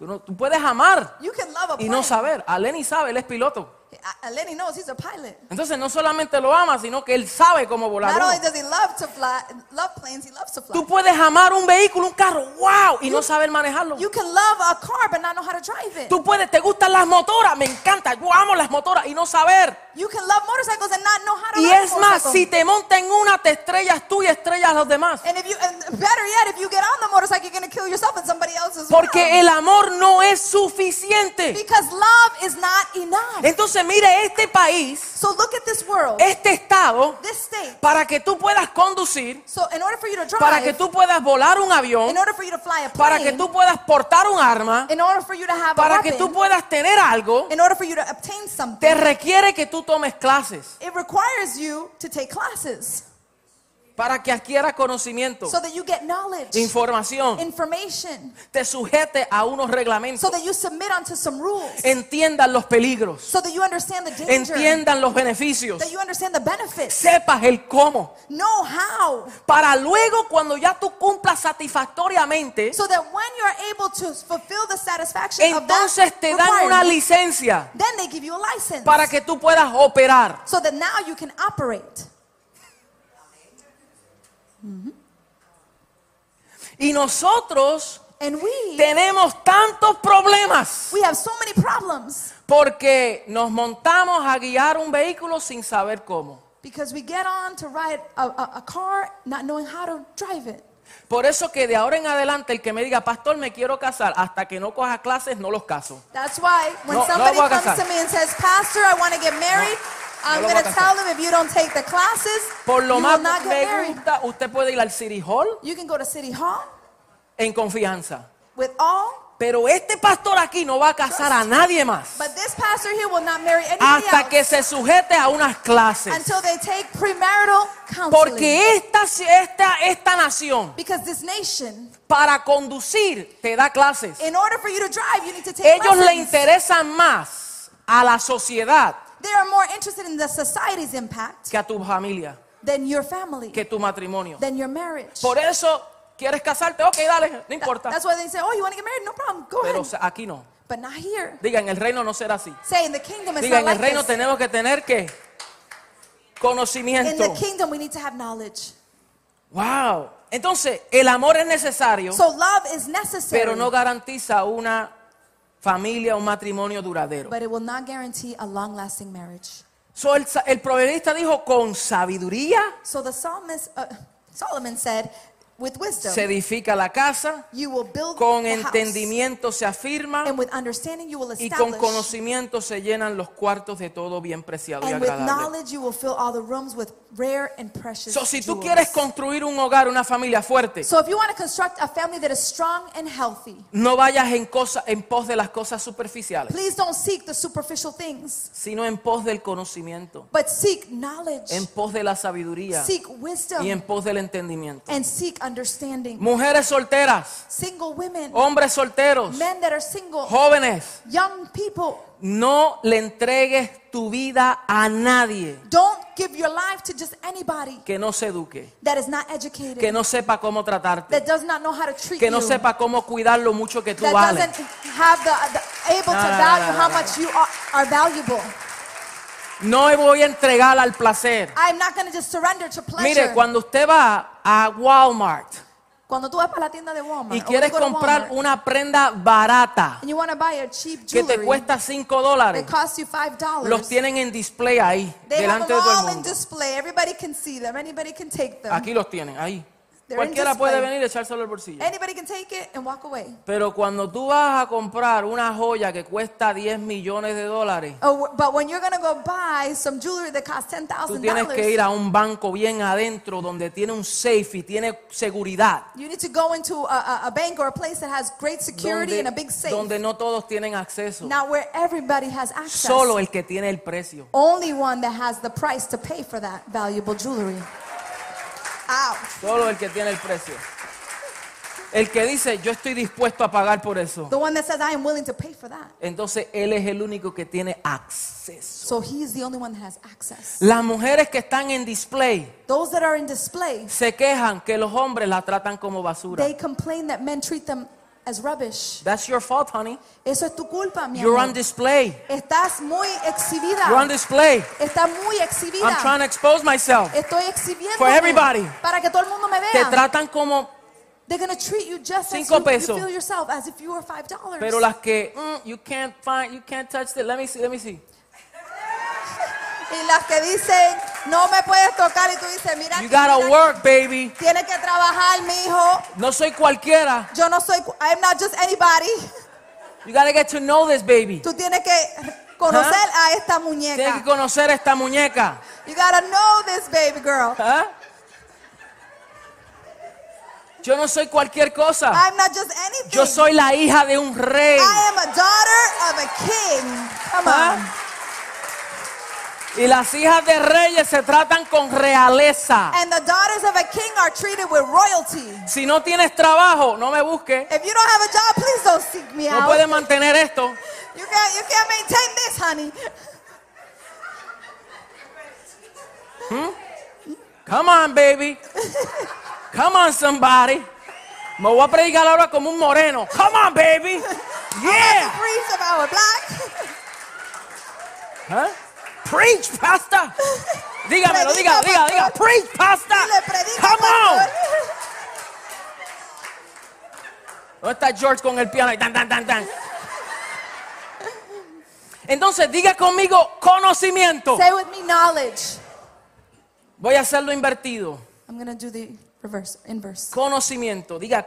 Speaker 1: Tú, no- tú puedes amar
Speaker 2: You can love a
Speaker 1: y
Speaker 2: plane.
Speaker 1: no saber. Aleni sabe, él es piloto.
Speaker 2: A- Eleni knows he's a pilot.
Speaker 1: Entonces no solamente lo ama, sino que él sabe cómo volar.
Speaker 2: Not
Speaker 1: uno.
Speaker 2: only does he love to fly, love planes, he loves to fly.
Speaker 1: Tú puedes amar un vehículo, un carro, wow, y no saber manejarlo.
Speaker 2: You can love a car but not know how to drive it.
Speaker 1: Tú puedes, te gustan las motoras, me encanta, yo amo las motoras y no saber.
Speaker 2: You can love motorcycles and not know how to
Speaker 1: Y
Speaker 2: ride
Speaker 1: es más,
Speaker 2: motorcycles.
Speaker 1: si te montas en una, te estrellas tú y estrellas a los demás.
Speaker 2: And if you and better yet, if you get on the motorcycle, you're gonna kill yourself and somebody else as well.
Speaker 1: Porque el amor no es suficiente.
Speaker 2: Because love is not enough.
Speaker 1: Entonces, mire, este país,
Speaker 2: So look at this world,
Speaker 1: este estado,
Speaker 2: this state.
Speaker 1: para que tú puedas conducir,
Speaker 2: So in order for you to drive,
Speaker 1: para que tú puedas volar un avión,
Speaker 2: in order for you to fly a
Speaker 1: para que
Speaker 2: plane,
Speaker 1: tú puedas portar un arma,
Speaker 2: in order for you to have a
Speaker 1: para que
Speaker 2: weapon,
Speaker 1: tú puedas tener algo,
Speaker 2: in order for you to obtain
Speaker 1: te
Speaker 2: something,
Speaker 1: requiere que tú tomes clases.
Speaker 2: it requires you to take classes.
Speaker 1: para que adquiera conocimiento,
Speaker 2: so that you get knowledge,
Speaker 1: información,
Speaker 2: information,
Speaker 1: te sujete a unos reglamentos,
Speaker 2: so that you submit unto some rules,
Speaker 1: entiendan los peligros,
Speaker 2: so that you understand the danger,
Speaker 1: entiendan los beneficios,
Speaker 2: that you understand the benefits,
Speaker 1: sepas el cómo,
Speaker 2: know how,
Speaker 1: para luego cuando ya tú cumplas satisfactoriamente,
Speaker 2: so that when you are able to fulfill the satisfaction
Speaker 1: entonces
Speaker 2: of that
Speaker 1: te dan una
Speaker 2: requirement,
Speaker 1: licencia
Speaker 2: then they give you a license,
Speaker 1: para que tú puedas operar.
Speaker 2: so that now you can operate.
Speaker 1: Y nosotros
Speaker 2: And we,
Speaker 1: tenemos tantos problemas
Speaker 2: we have so many problems
Speaker 1: porque nos montamos a guiar un vehículo sin saber cómo.
Speaker 2: because we get on to ride a, a, a car not knowing how to drive it.
Speaker 1: Por eso que de ahora en adelante el que me diga, pastor, me quiero casar, hasta que no coja clases, no los caso.
Speaker 2: That's why when
Speaker 1: No, no
Speaker 2: somebody
Speaker 1: voy a
Speaker 2: comes
Speaker 1: casar.
Speaker 2: to me and says, Pastor, I want to get married, I'm
Speaker 1: lo voy
Speaker 2: going
Speaker 1: a
Speaker 2: to
Speaker 1: casar.
Speaker 2: tell them if you don't take the classes,
Speaker 1: Por lo
Speaker 2: you
Speaker 1: más
Speaker 2: will not get
Speaker 1: me
Speaker 2: married.
Speaker 1: gusta, usted puede ir al City Hall
Speaker 2: You can go to City Hall
Speaker 1: en confianza.
Speaker 2: with all,
Speaker 1: Pero este pastor aquí no va a casar a nadie más
Speaker 2: but this pastor here will not marry anybody
Speaker 1: hasta
Speaker 2: else
Speaker 1: que se sujete a unas clases.
Speaker 2: until they take premarital counseling.
Speaker 1: Porque esta, esta, esta nación,
Speaker 2: because this nation,
Speaker 1: para conducir, te da clases.
Speaker 2: in order for you to drive, you need to take
Speaker 1: Ellos le
Speaker 2: lessons.
Speaker 1: interesan más a la sociedad
Speaker 2: They are more interested in the society's impact
Speaker 1: que a tu familia,
Speaker 2: than your family,
Speaker 1: que tu matrimonio.
Speaker 2: than your marriage.
Speaker 1: Por eso, ¿quieres casarte? Ok, dale, no importa.
Speaker 2: That's why they say, oh, you want to get married? No problem, go
Speaker 1: Pero
Speaker 2: ahead.
Speaker 1: aquí no.
Speaker 2: But not here.
Speaker 1: Diga, en el reino no será así.
Speaker 2: Say, in the kingdom, it's
Speaker 1: Diga,
Speaker 2: not
Speaker 1: en el
Speaker 2: like
Speaker 1: reino
Speaker 2: this.
Speaker 1: tenemos que tener que
Speaker 2: In
Speaker 1: conocimiento.
Speaker 2: the kingdom, we need to have knowledge.
Speaker 1: Wow. Entonces, el amor es necesario,
Speaker 2: So love is necessary,
Speaker 1: pero no garantiza una familia, un matrimonio duradero.
Speaker 2: but it will not guarantee a long-lasting marriage.
Speaker 1: So, el, sa- el proverbista dijo, con sabiduría
Speaker 2: So the psalmist uh, Solomon said, "With wisdom,
Speaker 1: se edifica la casa,
Speaker 2: you will build
Speaker 1: con
Speaker 2: the
Speaker 1: entendimiento se
Speaker 2: house,
Speaker 1: afirma
Speaker 2: and with understanding, you will
Speaker 1: y con
Speaker 2: establish,
Speaker 1: conocimiento se llenan los cuartos de todo bien preciado y
Speaker 2: and with
Speaker 1: agradable.
Speaker 2: knowledge, you will fill all the rooms with rare and precious
Speaker 1: So, si tú
Speaker 2: jewels."
Speaker 1: quieres construir un hogar, una familia fuerte,
Speaker 2: so if you want to construct a family that is strong and healthy,
Speaker 1: no vayas en, cosa, en pos de las cosas superficiales,
Speaker 2: please don't seek the superficial things,
Speaker 1: sino en pos del conocimiento,
Speaker 2: but seek knowledge,
Speaker 1: en pos de la sabiduría
Speaker 2: seek wisdom,
Speaker 1: y en pos del entendimiento.
Speaker 2: and seek understanding.
Speaker 1: Mujeres solteras,
Speaker 2: Single women,
Speaker 1: hombres solteros,
Speaker 2: men that are single,
Speaker 1: jóvenes,
Speaker 2: young people,
Speaker 1: no le entregues tu vida a nadie
Speaker 2: don't give your life to just anybody
Speaker 1: que no se eduque,
Speaker 2: that is not educated,
Speaker 1: que no sepa cómo tratarte,
Speaker 2: that does not know how to treat
Speaker 1: que no
Speaker 2: you,
Speaker 1: sepa cómo cuidar lo mucho que tú
Speaker 2: that
Speaker 1: vales.
Speaker 2: doesn't have the, the able
Speaker 1: No,
Speaker 2: to
Speaker 1: no, no,
Speaker 2: value
Speaker 1: no, no,
Speaker 2: how
Speaker 1: no,
Speaker 2: much you are, are valuable.
Speaker 1: No me voy a entregar al placer.
Speaker 2: I'm not going to just surrender to pleasure.
Speaker 1: Mire, cuando usted va a Walmart
Speaker 2: Cuando tú vas para la tienda de Walmart,
Speaker 1: y
Speaker 2: or when
Speaker 1: quieres
Speaker 2: you go to
Speaker 1: comprar
Speaker 2: Walmart,
Speaker 1: una prenda barata
Speaker 2: and you want to buy a cheap
Speaker 1: que te
Speaker 2: jewelry
Speaker 1: cuesta 5 dólares,
Speaker 2: that costs you five
Speaker 1: los
Speaker 2: dollars,
Speaker 1: tienen en display ahí,
Speaker 2: they have
Speaker 1: delante de
Speaker 2: them
Speaker 1: todo el
Speaker 2: all in
Speaker 1: mundo.
Speaker 2: display. Everybody can see them. Anybody can take them.
Speaker 1: Aquí los tienen, ahí.
Speaker 2: They're in
Speaker 1: Cualquiera
Speaker 2: display.
Speaker 1: puede venir y echárselo al bolsillo.
Speaker 2: Anybody can take it and walk away.
Speaker 1: Pero cuando tú vas a comprar una joya que cuesta 10 millones de dólares,
Speaker 2: Oh, w- but when you're going to go buy some jewelry that costs ten
Speaker 1: tú
Speaker 2: thousand
Speaker 1: tienes que
Speaker 2: dollars,
Speaker 1: ir a un banco bien adentro donde tiene un safe y tiene seguridad.
Speaker 2: you need to go into a, a, a bank or a place that has great security
Speaker 1: Donde,
Speaker 2: and a big safe.
Speaker 1: donde no todos tienen acceso.
Speaker 2: Not where everybody has access.
Speaker 1: Solo el que tiene el precio.
Speaker 2: Only one that has the price to pay for that valuable jewelry. Ow.
Speaker 1: Solo el que tiene el precio. El que dice, yo estoy dispuesto a pagar por eso.
Speaker 2: The one that says, I am willing to pay for that.
Speaker 1: Entonces él es el único que tiene acceso.
Speaker 2: So he is the only one that has access.
Speaker 1: Las mujeres que están en display
Speaker 2: Those that are in display,
Speaker 1: se quejan que los hombres la tratan como basura.
Speaker 2: they complain that men treat them as rubbish.
Speaker 1: That's your fault, honey.
Speaker 2: Eso es tu culpa, mi
Speaker 1: You're on
Speaker 2: amor.
Speaker 1: display.
Speaker 2: Estás muy
Speaker 1: You're on
Speaker 2: exhibida.
Speaker 1: display.
Speaker 2: Estás muy exhibida.
Speaker 1: I'm trying to expose myself.
Speaker 2: Estoy exhibiendo
Speaker 1: For everybody.
Speaker 2: para que todo el mundo me
Speaker 1: Te
Speaker 2: vea.
Speaker 1: tratan como,
Speaker 2: They're gonna treat you just as
Speaker 1: Cinco
Speaker 2: you, you
Speaker 1: pesos.
Speaker 2: feel yourself as if you were five dollars.
Speaker 1: pero las que, "Mm, you can't find, you can't touch it. Let me see, let me see.
Speaker 2: Y las que dicen no me puedes tocar y tú dices mira,
Speaker 1: You
Speaker 2: aquí, mira
Speaker 1: gotta
Speaker 2: aquí.
Speaker 1: work, baby.
Speaker 2: tienes que trabajar, mijo.
Speaker 1: No soy cualquiera.
Speaker 2: Yo no soy, cu- I'm not just anybody.
Speaker 1: You gotta get to know this baby.
Speaker 2: Tú tienes que conocer a esta
Speaker 1: Tienes que
Speaker 2: muñeca.
Speaker 1: conocer a esta muñeca.
Speaker 2: You gotta know this baby girl.
Speaker 1: ¿Ah? Yo no soy cualquier cosa.
Speaker 2: I'm not just anything.
Speaker 1: Yo soy la hija de un rey.
Speaker 2: I am a daughter of a king. Come
Speaker 1: ¿Ah?
Speaker 2: on.
Speaker 1: Y las hijas de reyes se tratan con realeza.
Speaker 2: And the daughters of a king are treated with royalty.
Speaker 1: Si no tienes trabajo, no me busques.
Speaker 2: If you don't have a job, please don't seek me
Speaker 1: No
Speaker 2: out.
Speaker 1: puedes mantener esto.
Speaker 2: You can't, you can't maintain this, honey.
Speaker 1: Come on, baby. Come on, somebody. Me voy a predicar ahora como un moreno. Come on, baby. Yeah.
Speaker 2: Breeze of our black.
Speaker 1: Huh? ¿Ah? Preach, pastor. Dígamelo, diga,
Speaker 2: Predica,
Speaker 1: diga,
Speaker 2: pastor.
Speaker 1: diga. Preach, pastor.
Speaker 2: <laughs> Le predica,
Speaker 1: Come on.
Speaker 2: pastor.
Speaker 1: ¿Dónde está George con el piano? ahí? Tan, tan, tan, tan. Entonces, diga conmigo conocimiento.
Speaker 2: Say with me, knowledge.
Speaker 1: Voy a hacerlo invertido.
Speaker 2: I'm going to do the reverse, inverse.
Speaker 1: Conocimiento, diga
Speaker 2: Say with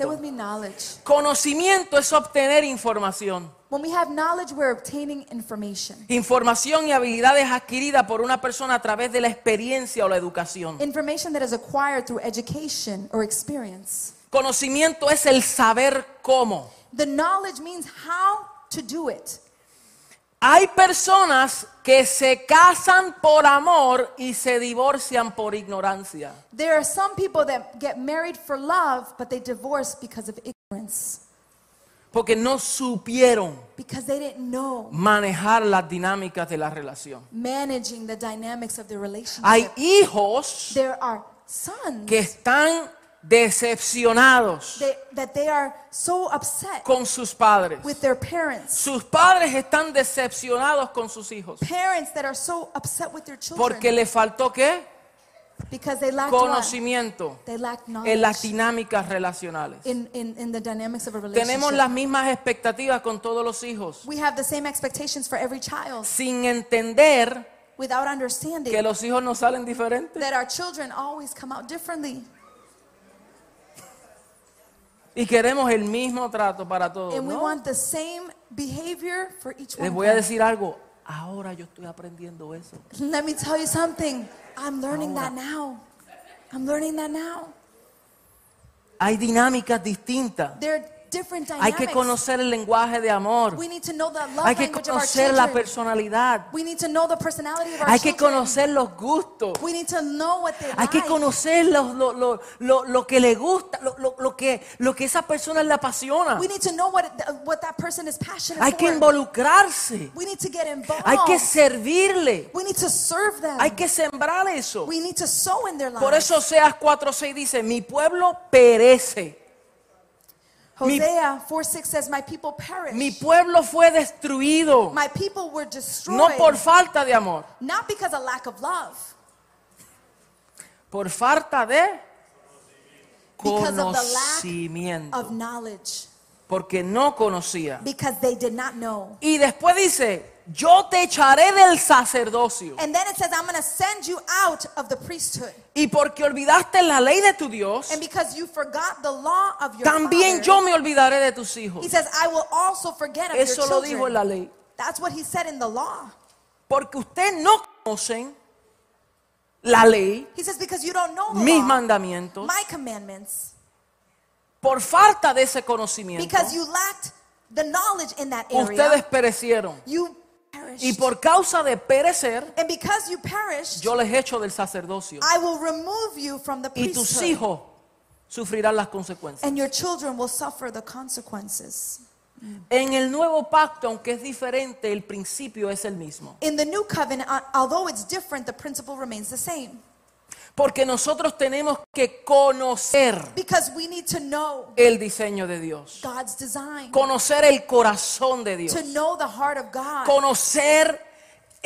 Speaker 1: conocimiento.
Speaker 2: me, knowledge.
Speaker 1: Conocimiento es obtener información.
Speaker 2: When we have knowledge, we're obtaining information.
Speaker 1: Información y habilidades adquiridas por una persona a través de la experiencia o la educación.
Speaker 2: Information that is acquired through education or experience.
Speaker 1: Conocimiento es el saber cómo.
Speaker 2: The knowledge means how to do it.
Speaker 1: Hay personas que se casan por amor y se divorcian por ignorancia.
Speaker 2: There are some people that get married for love, but they divorce because of ignorance,
Speaker 1: Porque no supieron
Speaker 2: because they didn't know
Speaker 1: manejar las dinámicas de la relación.
Speaker 2: managing the dynamics of their relationship.
Speaker 1: Hay hijos
Speaker 2: there are sons
Speaker 1: que están decepcionados
Speaker 2: that, that they are so upset
Speaker 1: con sus padres.
Speaker 2: with their parents.
Speaker 1: Sus padres están decepcionados con sus hijos.
Speaker 2: Parents that are so upset with their children
Speaker 1: Porque le faltó qué?
Speaker 2: because they lack what?
Speaker 1: Conocimiento
Speaker 2: They lack
Speaker 1: en las
Speaker 2: knowledge
Speaker 1: dinámicas relacionales.
Speaker 2: in, in, in the dynamics of a relationship.
Speaker 1: Tenemos las mismas expectativas con todos los hijos,
Speaker 2: we have the same expectations for every child
Speaker 1: sin entender
Speaker 2: without understanding
Speaker 1: que los hijos no salen diferentes.
Speaker 2: that our children always come out differently.
Speaker 1: Y queremos el mismo trato para todos.
Speaker 2: And we
Speaker 1: Oh, ¿no?
Speaker 2: want the same behavior for each one.
Speaker 1: Les
Speaker 2: of
Speaker 1: voy a
Speaker 2: them.
Speaker 1: decir algo. Ahora yo estoy aprendiendo eso.
Speaker 2: Let me tell you something. I'm learning that now. I'm learning that now.
Speaker 1: Hay dinámicas distintas.
Speaker 2: There are different
Speaker 1: Hay
Speaker 2: dynamics.
Speaker 1: que conocer el lenguaje de amor.
Speaker 2: we need to know the love
Speaker 1: Hay que
Speaker 2: language of our
Speaker 1: conocer la
Speaker 2: children.
Speaker 1: personalidad.
Speaker 2: we need to know the personality of our
Speaker 1: Hay que
Speaker 2: children.
Speaker 1: conocer los gustos.
Speaker 2: we need to know what they
Speaker 1: Hay que
Speaker 2: like.
Speaker 1: conocer lo, lo- lo- lo- lo que le gusta, lo, lo- lo que, lo que esa persona le apasiona.
Speaker 2: We need to know what, it- what that person is passionate
Speaker 1: Hay
Speaker 2: for.
Speaker 1: que involucrarse.
Speaker 2: we need to get involved.
Speaker 1: Hay que servirle.
Speaker 2: we need to serve them.
Speaker 1: Hay que sembrar eso.
Speaker 2: we need to sow in their lives.
Speaker 1: Por eso Oseas 4.6 dice, mi pueblo perece. mi-
Speaker 2: Hosea 4 6 says, My people perish.
Speaker 1: Mi pueblo fue destruido.
Speaker 2: My people were destroyed.
Speaker 1: No por falta de amor,
Speaker 2: not because of lack of love,
Speaker 1: por falta de
Speaker 2: Because of the lack
Speaker 1: conocimiento.
Speaker 2: of knowledge,
Speaker 1: Porque no conocía.
Speaker 2: because they did not know.
Speaker 1: Y después dice, yo te echaré del sacerdocio.
Speaker 2: And then it says, I'm going to send you out of the priesthood.
Speaker 1: Y porque olvidaste la ley de tu Dios,
Speaker 2: And because you forgot the law of your
Speaker 1: también yo
Speaker 2: father,
Speaker 1: me olvidaré de tus hijos.
Speaker 2: he says, I will also forget of
Speaker 1: Eso lo
Speaker 2: your
Speaker 1: dijo
Speaker 2: children.
Speaker 1: en la ley.
Speaker 2: That's what he said in the law.
Speaker 1: Porque ustedes no conocen la ley,
Speaker 2: He says, because you don't know the
Speaker 1: mis
Speaker 2: law,
Speaker 1: mandamientos,
Speaker 2: my commandments,
Speaker 1: por falta de ese conocimiento,
Speaker 2: because you lacked the knowledge in that area,
Speaker 1: ustedes perecieron.
Speaker 2: you perished.
Speaker 1: Y por causa de perecer,
Speaker 2: and because you perished,
Speaker 1: yo les echo del sacerdocio.
Speaker 2: I will remove you from the
Speaker 1: Y tus
Speaker 2: priesthood.
Speaker 1: hijos sufrirán las consecuencias.
Speaker 2: And your children will suffer the consequences.
Speaker 1: En el nuevo pacto, aunque es diferente, el principio es el mismo.
Speaker 2: In the new covenant, al- although it's different, the principle remains the same.
Speaker 1: Porque nosotros tenemos que conocer
Speaker 2: Because we need to know
Speaker 1: el diseño de Dios,
Speaker 2: God's design,
Speaker 1: conocer el corazón de Dios,
Speaker 2: to know the heart of God,
Speaker 1: conocer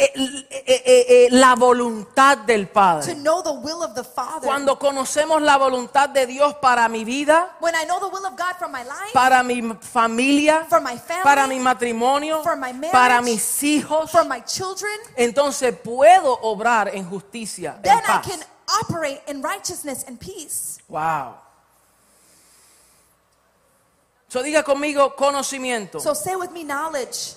Speaker 1: eh, eh, eh, eh, la voluntad del
Speaker 2: to
Speaker 1: Padre.
Speaker 2: know the will of the Father.
Speaker 1: Cuando conocemos la voluntad de Dios para mi vida,
Speaker 2: When I know the will of God for my life,
Speaker 1: para mi familia,
Speaker 2: for my
Speaker 1: para mi
Speaker 2: family,
Speaker 1: matrimonio,
Speaker 2: for my marriage,
Speaker 1: para mis hijos,
Speaker 2: for my children,
Speaker 1: entonces puedo obrar en justicia, en
Speaker 2: then I
Speaker 1: paz.
Speaker 2: can operate in righteousness and peace.
Speaker 1: Wow. So diga conmigo conocimiento.
Speaker 2: So say with me knowledge.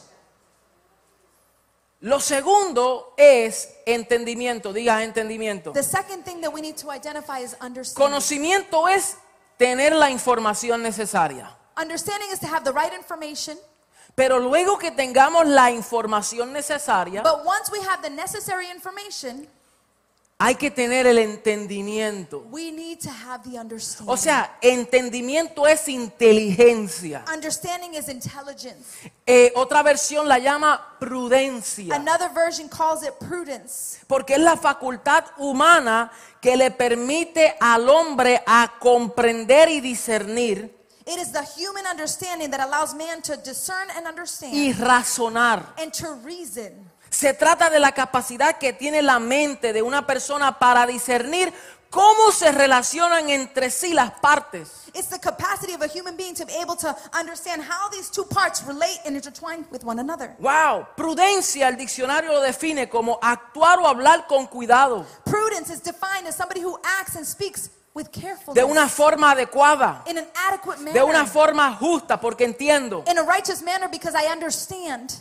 Speaker 1: Lo segundo es entendimiento. Diga entendimiento.
Speaker 2: The second thing that we need to identify is understanding.
Speaker 1: Conocimiento es tener la información necesaria.
Speaker 2: Understanding is to have the right information.
Speaker 1: Pero luego que tengamos la información necesaria,
Speaker 2: But once we have the necessary information,
Speaker 1: hay que tener el entendimiento.
Speaker 2: we need to have the understanding.
Speaker 1: O sea, entendimiento es inteligencia.
Speaker 2: understanding is intelligence.
Speaker 1: Eh, otra versión la llama prudencia,
Speaker 2: Another version calls it prudence
Speaker 1: porque es la facultad humana que le permite al hombre a comprender y discernir
Speaker 2: it is the human understanding that allows man to discern and understand
Speaker 1: y razonar.
Speaker 2: and to reason.
Speaker 1: Se trata de la capacidad que tiene la mente de una persona para discernir cómo se relacionan entre sí las partes.
Speaker 2: It's the capacity of a human being to be able to understand how these two parts relate and intertwine with one another.
Speaker 1: Wow, prudencia el diccionario lo define como actuar o hablar con cuidado,
Speaker 2: Prudence is defined as somebody who acts and speaks with carefulness
Speaker 1: de una forma adecuada,
Speaker 2: in an adequate manner,
Speaker 1: de una forma justa, porque entiendo,
Speaker 2: in a righteous manner because I understand.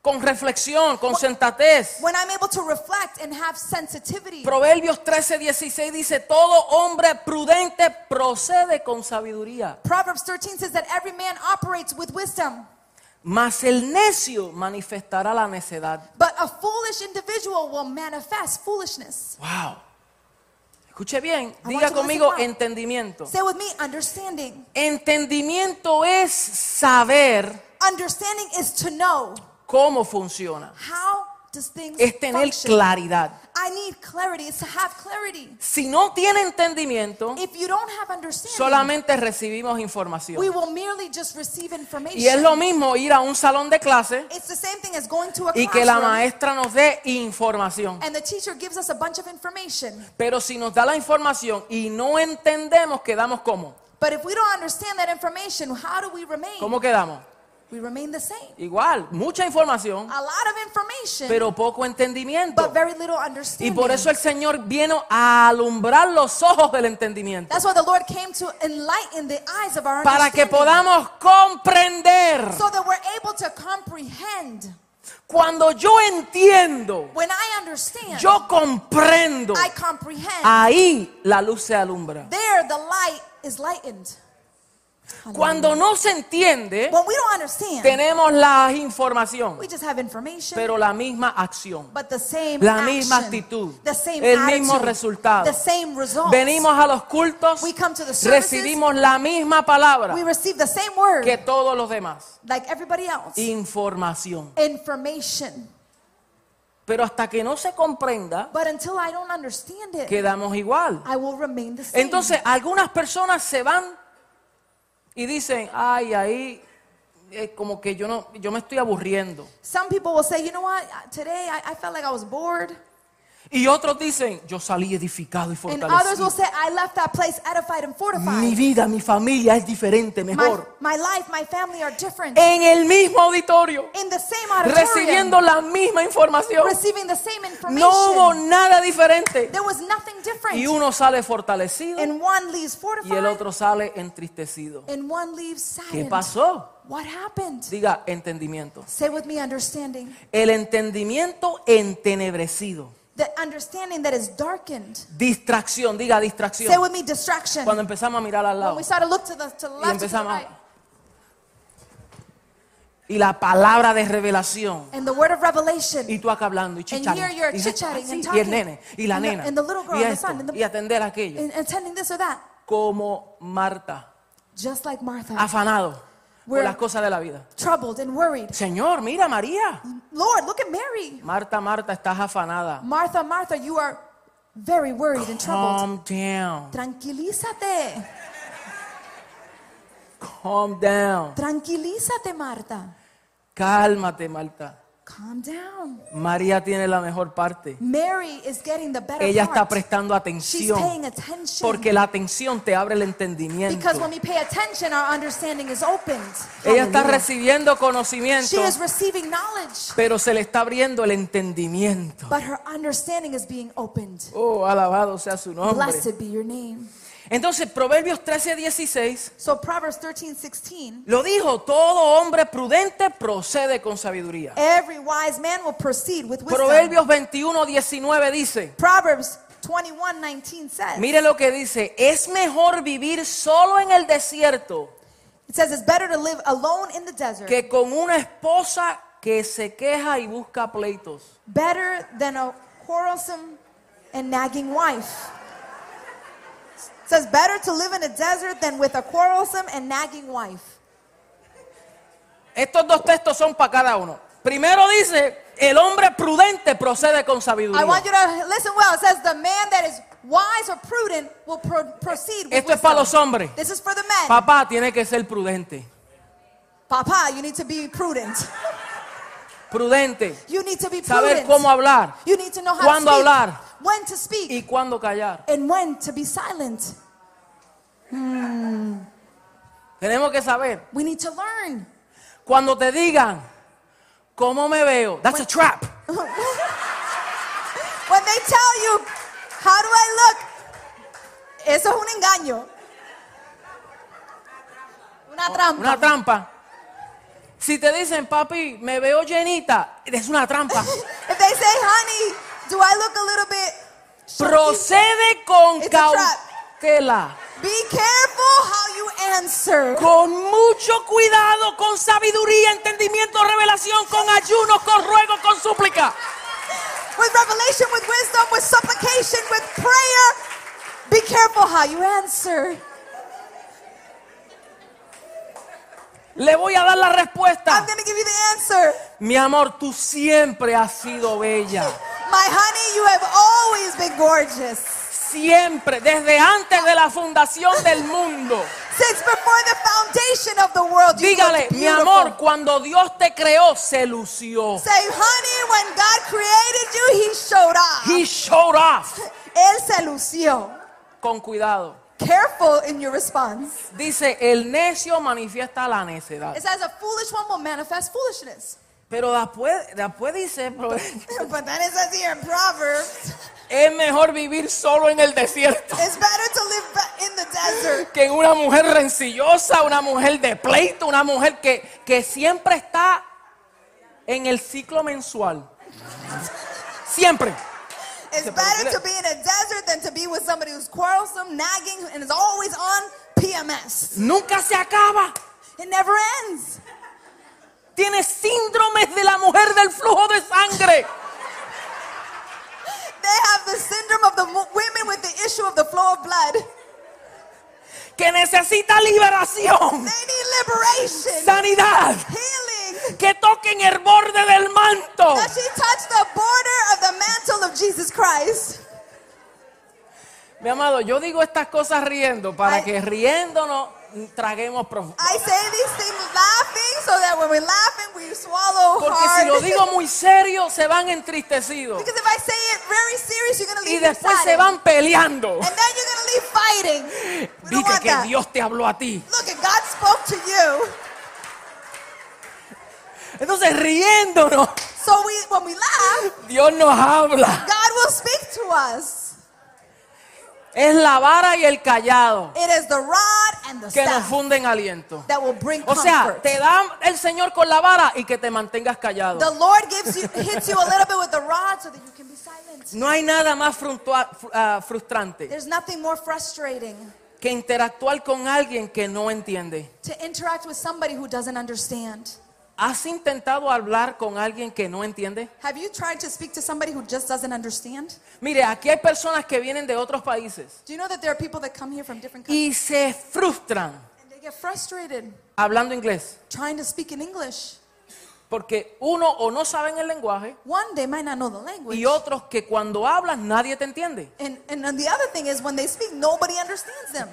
Speaker 1: con reflexión, con sensatez.
Speaker 2: When I'm able to reflect and have sensitivity,
Speaker 1: Proverbios 13, 16 dice, todo hombre prudente procede con sabiduría,
Speaker 2: Proverbs 13 says that every man operates with wisdom,
Speaker 1: mas el necio manifestará la necedad.
Speaker 2: but a foolish individual will manifest foolishness.
Speaker 1: Wow. Escuche bien, diga
Speaker 2: I want you to listen
Speaker 1: conmigo
Speaker 2: well.
Speaker 1: entendimiento.
Speaker 2: Say with me, understanding.
Speaker 1: Entendimiento es saber
Speaker 2: Understanding is to know
Speaker 1: cómo funciona.
Speaker 2: how does things
Speaker 1: Es tener
Speaker 2: function.
Speaker 1: claridad.
Speaker 2: I need clarity. It's to have clarity.
Speaker 1: Si no tiene entendimiento,
Speaker 2: If you don't have understanding,
Speaker 1: solamente recibimos
Speaker 2: we
Speaker 1: información.
Speaker 2: will merely just receive information.
Speaker 1: Y es lo mismo ir a un salón de clase
Speaker 2: It's the same thing as going to a
Speaker 1: y que la
Speaker 2: classroom
Speaker 1: maestra nos dé información.
Speaker 2: and the teacher gives us a bunch of information.
Speaker 1: Pero si nos da la información y no entendemos, quedamos como.
Speaker 2: But if we don't understand that information, how do we remain?
Speaker 1: ¿Cómo quedamos?
Speaker 2: We remain the same.
Speaker 1: Igual, mucha información,
Speaker 2: A lot of information,
Speaker 1: pero poco entendimiento.
Speaker 2: but very little
Speaker 1: Y
Speaker 2: understanding.
Speaker 1: por eso el Señor vino a alumbrar los ojos del entendimiento.
Speaker 2: That's why the Lord came to enlighten the eyes of our
Speaker 1: Para que
Speaker 2: understanding
Speaker 1: podamos comprender.
Speaker 2: so that we're able to comprehend.
Speaker 1: Cuando yo entiendo,
Speaker 2: When I understand,
Speaker 1: yo Ah. comprendo.
Speaker 2: I comprehend.
Speaker 1: Ahí la luz se alumbra.
Speaker 2: There, the light is lightened.
Speaker 1: Cuando no se entiende,
Speaker 2: When we don't understand,
Speaker 1: tenemos la información,
Speaker 2: we just have information,
Speaker 1: pero la misma acción.
Speaker 2: but the same
Speaker 1: la misma
Speaker 2: action,
Speaker 1: actitud,
Speaker 2: the same
Speaker 1: el mismo
Speaker 2: attitude,
Speaker 1: resultado.
Speaker 2: the same results.
Speaker 1: Venimos a los cultos,
Speaker 2: We come to the services,
Speaker 1: recibimos la misma palabra
Speaker 2: we receive the same word
Speaker 1: que todos los demás.
Speaker 2: like everybody else.
Speaker 1: Información.
Speaker 2: Information.
Speaker 1: Pero hasta que no se comprenda,
Speaker 2: But until I don't understand it,
Speaker 1: quedamos igual.
Speaker 2: I will remain the same.
Speaker 1: Entonces, algunas personas se van y dicen, ay, ahí, eh, como que yo no, yo me estoy aburriendo.
Speaker 2: Some people will say, you know what, today I, I felt like I was bored.
Speaker 1: Y otros dicen, yo salí edificado y
Speaker 2: And others
Speaker 1: fortalecido.
Speaker 2: will say, I left that place edified and
Speaker 1: Mi
Speaker 2: fortified.
Speaker 1: vida, mi familia es diferente,
Speaker 2: My,
Speaker 1: mejor.
Speaker 2: my life, my family are different.
Speaker 1: En el mismo auditorio,
Speaker 2: In the same auditorium,
Speaker 1: recibiendo la misma información.
Speaker 2: receiving the same information.
Speaker 1: No hubo nada diferente.
Speaker 2: there was nothing different.
Speaker 1: Y uno sale fortalecido
Speaker 2: and one leaves
Speaker 1: y el
Speaker 2: fortified,
Speaker 1: otro sale entristecido.
Speaker 2: and one leaves
Speaker 1: ¿Qué
Speaker 2: silent.
Speaker 1: pasó?
Speaker 2: What happened?
Speaker 1: Diga entendimiento.
Speaker 2: Say with me, understanding.
Speaker 1: El entendimiento entenebrecido.
Speaker 2: The understanding that is darkened.
Speaker 1: Distracción, diga
Speaker 2: Say
Speaker 1: distracción.
Speaker 2: with me, distraction.
Speaker 1: Cuando empezamos a mirar al
Speaker 2: when
Speaker 1: lado
Speaker 2: we start to look to the,
Speaker 1: y
Speaker 2: to the left, to the
Speaker 1: empezamos
Speaker 2: right,
Speaker 1: a- y la palabra de revelación
Speaker 2: and the word of revelation.
Speaker 1: y tú acá hablando y chichando
Speaker 2: here you're
Speaker 1: y, dices,
Speaker 2: chit-chatting
Speaker 1: "Ah, sí",
Speaker 2: and
Speaker 1: y el
Speaker 2: talking.
Speaker 1: nene y la
Speaker 2: And the-
Speaker 1: nena
Speaker 2: and the little girl
Speaker 1: y
Speaker 2: and the
Speaker 1: esto,
Speaker 2: son and the-
Speaker 1: y atender aquello
Speaker 2: and attending this or that,
Speaker 1: como Marta
Speaker 2: just like Martha,
Speaker 1: Ah. afanado por
Speaker 2: We're-
Speaker 1: las cosas de la vida
Speaker 2: troubled and worried.
Speaker 1: Señor mira María
Speaker 2: Lord, look at Mary.
Speaker 1: Marta, Marta, estás afanada.
Speaker 2: Martha, Martha, you are very worried and troubled.
Speaker 1: Calm down.
Speaker 2: Tranquilízate,
Speaker 1: Calm down.
Speaker 2: tranquilízate, Marta.
Speaker 1: Cálmate, Marta.
Speaker 2: Calm down.
Speaker 1: María tiene la mejor parte.
Speaker 2: Mary is getting the better
Speaker 1: Ella está
Speaker 2: part.
Speaker 1: prestando
Speaker 2: She's
Speaker 1: atención
Speaker 2: paying attention.
Speaker 1: porque la atención te abre el entendimiento.
Speaker 2: because when we pay attention, our understanding is opened.
Speaker 1: Ella está
Speaker 2: Hallelujah.
Speaker 1: recibiendo
Speaker 2: She
Speaker 1: conocimiento,
Speaker 2: is receiving knowledge,
Speaker 1: pero se le está abriendo el entendimiento.
Speaker 2: but her understanding is being opened.
Speaker 1: Oh, alabado sea su nombre.
Speaker 2: Blessed be your name.
Speaker 1: Entonces, Proverbios 13, 16
Speaker 2: So Proverbs 13, 16.
Speaker 1: lo dijo, todo hombre prudente procede con sabiduría.
Speaker 2: Every wise man will proceed with wisdom.
Speaker 1: Proverbios 21, 19 dice,
Speaker 2: Proverbs 21, 19 says,
Speaker 1: Mire lo que dice, es mejor vivir solo en el desierto
Speaker 2: It says it's better to live alone in the desert,
Speaker 1: que con una esposa que se queja y busca pleitos.
Speaker 2: better than a quarrelsome and nagging wife. It says better to live in a desert than with a quarrelsome and nagging wife.
Speaker 1: Estos dos textos son para cada uno. Primero dice, el hombre prudente procede con sabiduría.
Speaker 2: I want you to listen well. It says the man that is wise or prudent will pro- proceed with
Speaker 1: Esto es para los
Speaker 2: wisdom.
Speaker 1: hombres.
Speaker 2: This is for the men.
Speaker 1: Papá tiene que ser prudente.
Speaker 2: Papa, you need to be prudent.
Speaker 1: Prudente.
Speaker 2: You need to be
Speaker 1: Saber
Speaker 2: prudent.
Speaker 1: cómo hablar
Speaker 2: You need to know how
Speaker 1: Cuándo
Speaker 2: to speak,
Speaker 1: hablar.
Speaker 2: when to speak,
Speaker 1: y cuándo callar.
Speaker 2: and when to be silent.
Speaker 1: Tenemos que saber.
Speaker 2: We need to learn. <laughs>
Speaker 1: Cuando te digan, ¿cómo me veo? That's a trap.
Speaker 2: When they tell you, how do I look? Eso es un engaño. Una trampa.
Speaker 1: Oh, Una trampa. Si te dicen, papi, me veo llenita, es una trampa.
Speaker 2: If they say, honey, do I look a little bit? chunky?"
Speaker 1: Procede con
Speaker 2: It's a trap.
Speaker 1: cautela.
Speaker 2: Be careful how you answer.
Speaker 1: Con mucho cuidado, con sabiduría, entendimiento, revelación, con ayunos, con ruego, con súplica.
Speaker 2: With revelation, with wisdom, with supplication, with prayer. Be careful how you answer.
Speaker 1: Le voy a dar la
Speaker 2: I'm
Speaker 1: respuesta.
Speaker 2: going to give you the answer.
Speaker 1: Mi amor, tú siempre has sido bella.
Speaker 2: My honey, you have always been gorgeous.
Speaker 1: Siempre, desde antes de la fundación del mundo.
Speaker 2: Since before the foundation of the world, you
Speaker 1: Dígale,
Speaker 2: looked
Speaker 1: mi
Speaker 2: beautiful.
Speaker 1: amor, cuando Dios te creó, se lució.
Speaker 2: Say, honey, when God created you, He showed off.
Speaker 1: He showed off.
Speaker 2: Él se lució.
Speaker 1: Con cuidado.
Speaker 2: Careful in your response.
Speaker 1: Dice, el necio manifiesta la necedad.
Speaker 2: It says a foolish one will manifest foolishness. <laughs>
Speaker 1: Pero después, después dice, pero
Speaker 2: but then it says here in Proverbs,
Speaker 1: es mejor vivir solo en el desierto
Speaker 2: it's better to live ba- in the desert
Speaker 1: que en una mujer rencillosa, una mujer de pleito, una mujer que, que siempre está en el ciclo mensual. Siempre.
Speaker 2: It's
Speaker 1: Se
Speaker 2: better
Speaker 1: parece-
Speaker 2: to be in a desert than to be with somebody who's quarrelsome, nagging, and is always on PMS.
Speaker 1: Nunca se acaba.
Speaker 2: It never ends.
Speaker 1: Tiene síndromes de la mujer del flujo de sangre.
Speaker 2: They have the syndrome of the mo- women with the issue of the flow of blood.
Speaker 1: que necesita liberación,
Speaker 2: They need liberation,
Speaker 1: sanidad,
Speaker 2: healing.
Speaker 1: que toquen el borde del manto.
Speaker 2: That she touched the border of the mantle of Jesus Christ.
Speaker 1: Mi amado, yo digo estas cosas riendo para
Speaker 2: Ay.
Speaker 1: que riéndonos traguemos profundo.
Speaker 2: I say these things laughing so that when we're laughing, we swallow
Speaker 1: Porque si
Speaker 2: hard.
Speaker 1: lo
Speaker 2: <laughs>
Speaker 1: digo muy serio, se van entristecidos
Speaker 2: because if I say it very serious, you're going to
Speaker 1: y
Speaker 2: leave
Speaker 1: después
Speaker 2: excited.
Speaker 1: se van peleando.
Speaker 2: And then you're going to leave fighting. We don't
Speaker 1: Dije
Speaker 2: want
Speaker 1: que
Speaker 2: that.
Speaker 1: Dios te habló a ti.
Speaker 2: Look, if God spoke to you,
Speaker 1: Entonces riéndonos,
Speaker 2: so we when we laugh,
Speaker 1: Dios nos habla.
Speaker 2: God will speak to us.
Speaker 1: Es la vara y el callado
Speaker 2: It is the rod and the
Speaker 1: que nos
Speaker 2: staff
Speaker 1: funden aliento.
Speaker 2: that will bring
Speaker 1: O sea,
Speaker 2: comfort.
Speaker 1: te da el Señor con la vara y que te mantengas callado.
Speaker 2: The Lord gives you hits you a little bit with the rod so that you can be silent.
Speaker 1: No hay nada más fructua- fru- ah, frustrante
Speaker 2: There's nothing more frustrating
Speaker 1: que interactuar con alguien que no entiende.
Speaker 2: to interact with somebody who doesn't understand.
Speaker 1: ¿Has intentado hablar con alguien que no entiende?
Speaker 2: Have you tried to speak to somebody who just doesn't understand?
Speaker 1: Mire, aquí hay personas que vienen de otros países
Speaker 2: Do you know that there are people that come here from different countries
Speaker 1: y se frustran
Speaker 2: and they get frustrated
Speaker 1: hablando inglés
Speaker 2: trying to speak in English?
Speaker 1: porque uno o no saben el lenguaje
Speaker 2: One, they might not know the language.
Speaker 1: y otros que cuando hablas nadie te entiende.
Speaker 2: And, and then the other thing is when they speak, nobody understands them.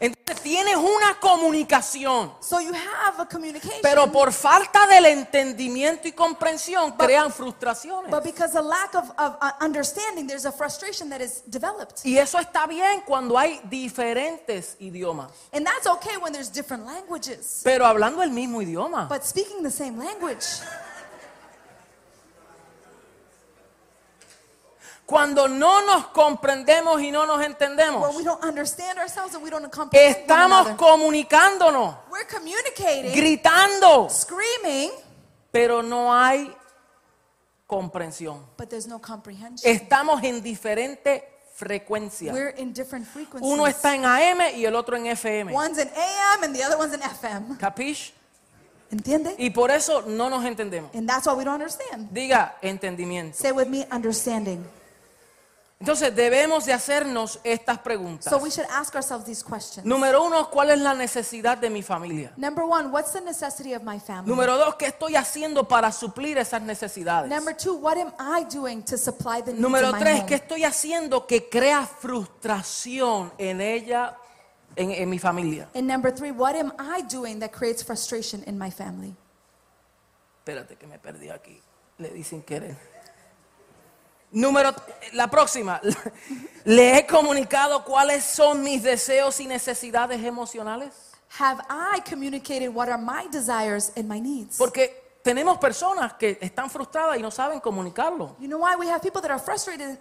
Speaker 1: Entonces tienes una comunicación,
Speaker 2: So you have a communication.
Speaker 1: pero por falta del entendimiento y comprensión crean frustraciones.
Speaker 2: but because of lack of, of uh, understanding, there's a frustration that is developed.
Speaker 1: Y eso está bien cuando hay diferentes idiomas.
Speaker 2: And that's okay when there's different languages.
Speaker 1: Pero hablando el mismo idioma.
Speaker 2: But speaking the same language,
Speaker 1: Cuando no nos comprendemos y no nos
Speaker 2: when
Speaker 1: entendemos,
Speaker 2: we don't understand ourselves and we don't comprehend one
Speaker 1: estamos
Speaker 2: another,
Speaker 1: comunicándonos,
Speaker 2: we're communicating,
Speaker 1: gritando,
Speaker 2: screaming,
Speaker 1: pero no hay comprensión.
Speaker 2: but there's no comprehension.
Speaker 1: Estamos en diferentes frecuencia.
Speaker 2: We're in different frequencies.
Speaker 1: Uno está en AM y el otro en FM.
Speaker 2: One's in AM and the other one's in FM.
Speaker 1: ¿Capish?
Speaker 2: ¿Entiende?
Speaker 1: Y por eso no nos entendemos.
Speaker 2: And that's why we don't understand.
Speaker 1: Diga entendimiento.
Speaker 2: Say with me, understanding.
Speaker 1: Entonces debemos de hacernos estas preguntas.
Speaker 2: So we should ask ourselves these questions.
Speaker 1: Número uno, ¿cuál es la necesidad de mi familia?
Speaker 2: Number one, what's the necessity of my family?
Speaker 1: Número dos, ¿qué estoy haciendo para suplir esas necesidades?
Speaker 2: Number two, what am I doing to supply the needs
Speaker 1: Número
Speaker 2: of my
Speaker 1: tres,
Speaker 2: home?
Speaker 1: ¿qué estoy haciendo que crea frustración en ella, en, en mi familia?
Speaker 2: And number three, what am I doing that creates frustration in my family?
Speaker 1: Espérate que me perdí aquí. Le di sin querer. Número, la próxima. <laughs> ¿Le he comunicado cuáles son mis deseos y necesidades emocionales?
Speaker 2: Have I communicated what are my desires and my needs?
Speaker 1: Porque tenemos personas que están frustradas y no saben comunicarlo.
Speaker 2: You know why we have people that are frustrated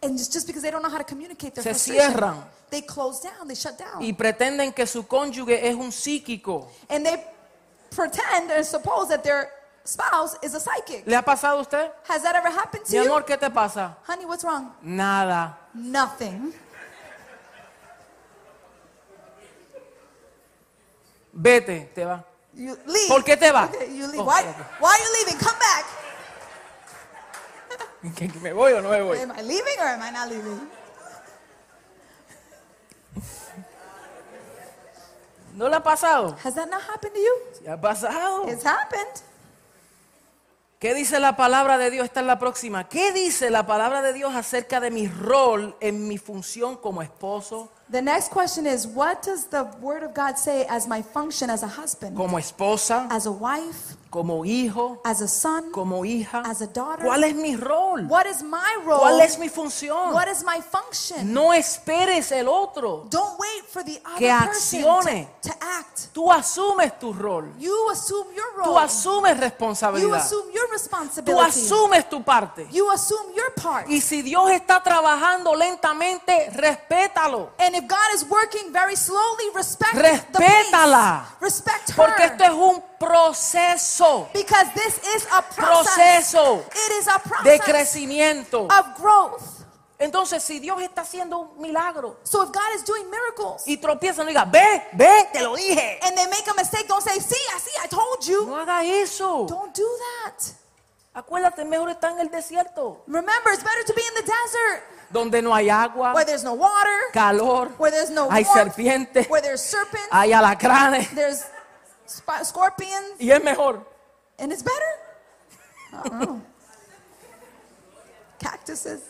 Speaker 2: and it's just because they don't know how to communicate their
Speaker 1: Se
Speaker 2: frustration.
Speaker 1: cierran.
Speaker 2: They close down, they shut down.
Speaker 1: Y pretenden que su cónyuge es un psíquico.
Speaker 2: and they pretend and suppose that their spouse is a psychic.
Speaker 1: ¿Le ha pasado a usted?
Speaker 2: Has that ever happened to
Speaker 1: Mi
Speaker 2: you?
Speaker 1: amor, ¿qué te pasa?
Speaker 2: Honey, what's wrong?
Speaker 1: Nada.
Speaker 2: Nothing.
Speaker 1: Vete, te va.
Speaker 2: You leave.
Speaker 1: ¿Por qué te vas?
Speaker 2: <laughs> Okay, you leave.
Speaker 1: Oh,
Speaker 2: why,
Speaker 1: okay.
Speaker 2: why are you leaving? Come back.
Speaker 1: ¿Que- que <laughs> ¿Me voy o no me voy?
Speaker 2: Am I leaving or am I not leaving?
Speaker 1: ¿No le ha pasado?
Speaker 2: Has that not happened to you?
Speaker 1: Sí, ha pasado.
Speaker 2: It's happened.
Speaker 1: ¿Qué dice la palabra de Dios? Esta es la próxima. ¿Qué dice la palabra de Dios acerca de mi rol en mi función como esposo,
Speaker 2: The next question is what does the word of God say as my function as a husband,
Speaker 1: como esposa,
Speaker 2: as a wife,
Speaker 1: como hijo,
Speaker 2: as a son?
Speaker 1: como hija?
Speaker 2: As a daughter.
Speaker 1: ¿Cuál es mi rol?
Speaker 2: What is my role?
Speaker 1: ¿Cuál es mi función?
Speaker 2: What is my function?
Speaker 1: No esperes el otro.
Speaker 2: Don't wait for the other
Speaker 1: Que
Speaker 2: person to,
Speaker 1: accione.
Speaker 2: to act.
Speaker 1: Tú asumes tu rol.
Speaker 2: You assume your
Speaker 1: Tú
Speaker 2: role.
Speaker 1: asumes
Speaker 2: You
Speaker 1: responsabilidad.
Speaker 2: assume your
Speaker 1: Tú
Speaker 2: responsibility.
Speaker 1: asumes tu parte.
Speaker 2: You assume your part.
Speaker 1: Y si Dios está trabajando lentamente, respétalo.
Speaker 2: And if God is working very slowly, respect the
Speaker 1: Respétala.
Speaker 2: pace. Respect her.
Speaker 1: Porque esto es un proceso
Speaker 2: because this is a process.
Speaker 1: Proceso
Speaker 2: It is a
Speaker 1: de
Speaker 2: process
Speaker 1: crecimiento.
Speaker 2: of growth.
Speaker 1: Entonces, si Dios está haciendo un milagro
Speaker 2: So if God is doing miracles
Speaker 1: y tropieza, no diga, ve, ve, te lo dije.
Speaker 2: and they make a mistake, don't say, see, I see, I told you.
Speaker 1: No haga eso.
Speaker 2: Don't do that.
Speaker 1: Acuérdate, mejor está en el desierto,
Speaker 2: Remember, it's better to be in the desert
Speaker 1: donde no hay agua,
Speaker 2: where there's no water,
Speaker 1: calor,
Speaker 2: where there's no
Speaker 1: hay
Speaker 2: warmth,
Speaker 1: serpientes,
Speaker 2: where there's serpents,
Speaker 1: hay alacranes
Speaker 2: there's sp- scorpions,
Speaker 1: y es mejor.
Speaker 2: and it's better. I don't know. Cactuses.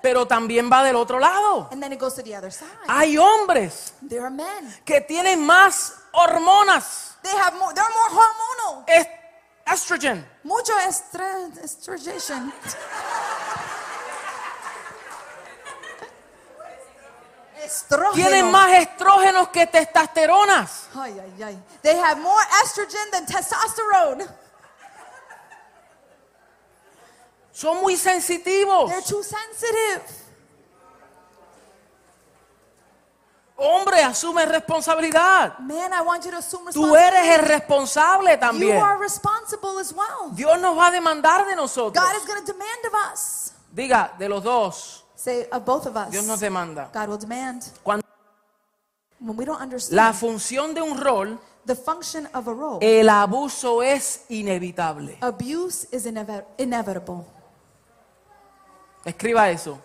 Speaker 1: Pero también va del otro lado.
Speaker 2: And then it goes to the other side.
Speaker 1: Hay hombres
Speaker 2: There are men.
Speaker 1: que tienen más hormonas,
Speaker 2: They have more. They're more hormonal.
Speaker 1: est- estrogen,
Speaker 2: Mucho estra- estrogen. Estrógeno.
Speaker 1: tienen más estrógenos que testosteronas.
Speaker 2: Ay, ay, ay. They have more estrogen than testosterone.
Speaker 1: Son muy sensitivos.
Speaker 2: They're too sensitive.
Speaker 1: Hombre, asume responsabilidad.
Speaker 2: Man, I want you to assume
Speaker 1: Tú eres el
Speaker 2: responsibility.
Speaker 1: responsable
Speaker 2: You
Speaker 1: también.
Speaker 2: are responsible as well.
Speaker 1: Dios nos va a demandar de nosotros.
Speaker 2: God is going to demand of us.
Speaker 1: Diga, de los dos,
Speaker 2: Say of both of us.
Speaker 1: Dios nos demanda.
Speaker 2: God will demand.
Speaker 1: Cuando
Speaker 2: When we don't understand
Speaker 1: la Eh. función de un rol,
Speaker 2: the function of a role,
Speaker 1: el abuso es inevitable.
Speaker 2: abuse is inev- inevitable.
Speaker 1: Escriba eso.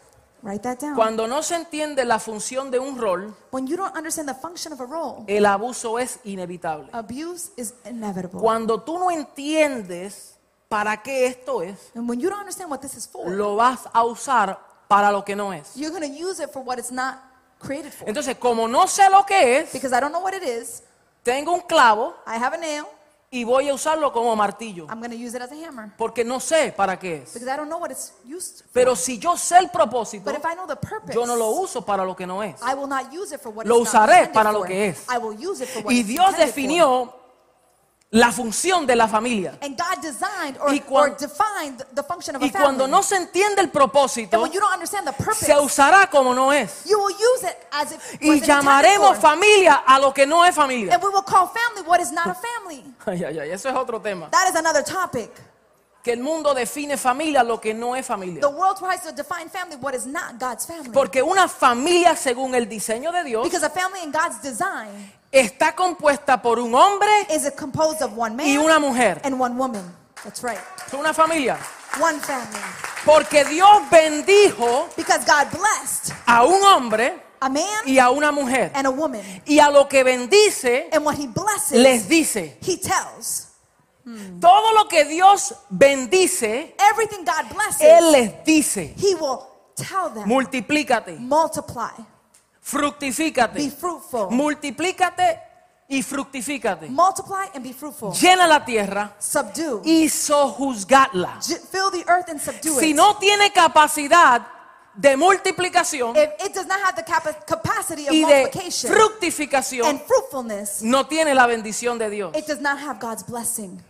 Speaker 2: Write that down.
Speaker 1: Cuando no se entiende la función de un rol,
Speaker 2: when you don't understand the function of a role,
Speaker 1: el abuso es inevitable.
Speaker 2: abuse is inevitable.
Speaker 1: Cuando tú no entiendes para qué esto es,
Speaker 2: and when you don't understand what this is for,
Speaker 1: lo vas a usar para lo que no es.
Speaker 2: you're going to use it for what it's not created for.
Speaker 1: Entonces, como no sé lo que es,
Speaker 2: because I don't know what it is.
Speaker 1: tengo un clavo
Speaker 2: I have a nail.
Speaker 1: y voy a usarlo como martillo,
Speaker 2: I'm going to use it as a hammer
Speaker 1: porque no sé para qué es.
Speaker 2: because I don't know what it's used for.
Speaker 1: Pero si yo sé el propósito,
Speaker 2: But if I know the purpose,
Speaker 1: yo no lo uso para lo que no es.
Speaker 2: I will not use it for what
Speaker 1: Lo
Speaker 2: it's not
Speaker 1: usaré
Speaker 2: intended
Speaker 1: para lo
Speaker 2: for.
Speaker 1: que es.
Speaker 2: I will use it for what
Speaker 1: Y
Speaker 2: it's
Speaker 1: Dios
Speaker 2: intended for.
Speaker 1: definió la función de la familia.
Speaker 2: And God designed or,
Speaker 1: Y cuan-
Speaker 2: or defined the function of a
Speaker 1: Y cuando
Speaker 2: family.
Speaker 1: no se entiende el
Speaker 2: and
Speaker 1: propósito,
Speaker 2: when you don't understand the purpose,
Speaker 1: se usará como no es.
Speaker 2: you will use it as if it was
Speaker 1: Y
Speaker 2: intended
Speaker 1: llamaremos
Speaker 2: for.
Speaker 1: familia a lo que no es <laughs>
Speaker 2: Eh,
Speaker 1: familia.
Speaker 2: And we will call family what is not a family.
Speaker 1: Ay, ay, ay, eso es otro tema.
Speaker 2: That is another topic.
Speaker 1: que el mundo define familia lo que no es familia.
Speaker 2: The world tries to define family what is not God's family.
Speaker 1: Porque una familia, según el diseño de Dios,
Speaker 2: because a family in God's design
Speaker 1: está compuesta por un hombre
Speaker 2: is it composed of one man
Speaker 1: y una mujer.
Speaker 2: and one woman. That's right.
Speaker 1: Es una familia.
Speaker 2: One family.
Speaker 1: Porque Dios bendijo
Speaker 2: Because God blessed
Speaker 1: a un hombre
Speaker 2: a man
Speaker 1: y a una mujer.
Speaker 2: and a woman.
Speaker 1: Y a lo que bendice,
Speaker 2: And what he blesses,
Speaker 1: les dice.
Speaker 2: he tells.
Speaker 1: Todo lo que Dios bendice,
Speaker 2: Everything God blesses,
Speaker 1: Él les dice.
Speaker 2: he will tell them.
Speaker 1: Multiplícate,
Speaker 2: Multiply. Be
Speaker 1: fructifícate,
Speaker 2: fruitful.
Speaker 1: multiplícate y fructifícate.
Speaker 2: Multiply and be fruitful.
Speaker 1: Llena la tierra
Speaker 2: Subdue.
Speaker 1: y sojuzgadla.
Speaker 2: Ju- Fill the earth and subdue
Speaker 1: Si
Speaker 2: it.
Speaker 1: no tiene capacidad de multiplicación
Speaker 2: if it does not have the capa- capacity of
Speaker 1: y de
Speaker 2: multiplication and
Speaker 1: fructificación,
Speaker 2: fruitfulness,
Speaker 1: no tiene la bendición de Dios.
Speaker 2: it does not have God's blessing.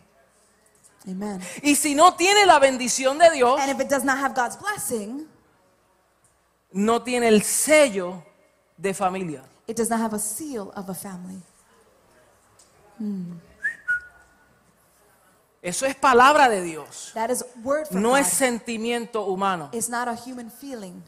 Speaker 2: Amen.
Speaker 1: Y si no tiene la bendición de Dios,
Speaker 2: And if it does not have God's blessing,
Speaker 1: no tiene el sello de familia.
Speaker 2: it does not have a seal of a family.
Speaker 1: Eso es palabra de Dios.
Speaker 2: That is word from
Speaker 1: No
Speaker 2: God.
Speaker 1: es sentimiento humano.
Speaker 2: It's not a human feeling.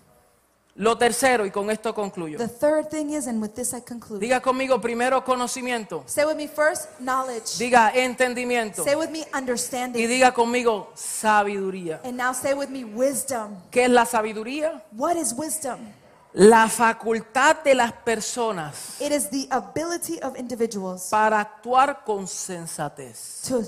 Speaker 1: Lo tercero, y con esto concluyo.
Speaker 2: The third thing is, and with this I conclude.
Speaker 1: Diga conmigo primero conocimiento.
Speaker 2: Say with me first, knowledge.
Speaker 1: Diga entendimiento.
Speaker 2: Say with me,
Speaker 1: Y
Speaker 2: understanding.
Speaker 1: diga conmigo sabiduría.
Speaker 2: And now say with me, wisdom.
Speaker 1: ¿Qué es la sabiduría?
Speaker 2: What is wisdom?
Speaker 1: La facultad de las personas
Speaker 2: It is the ability of individuals
Speaker 1: para actuar con sensatez.
Speaker 2: to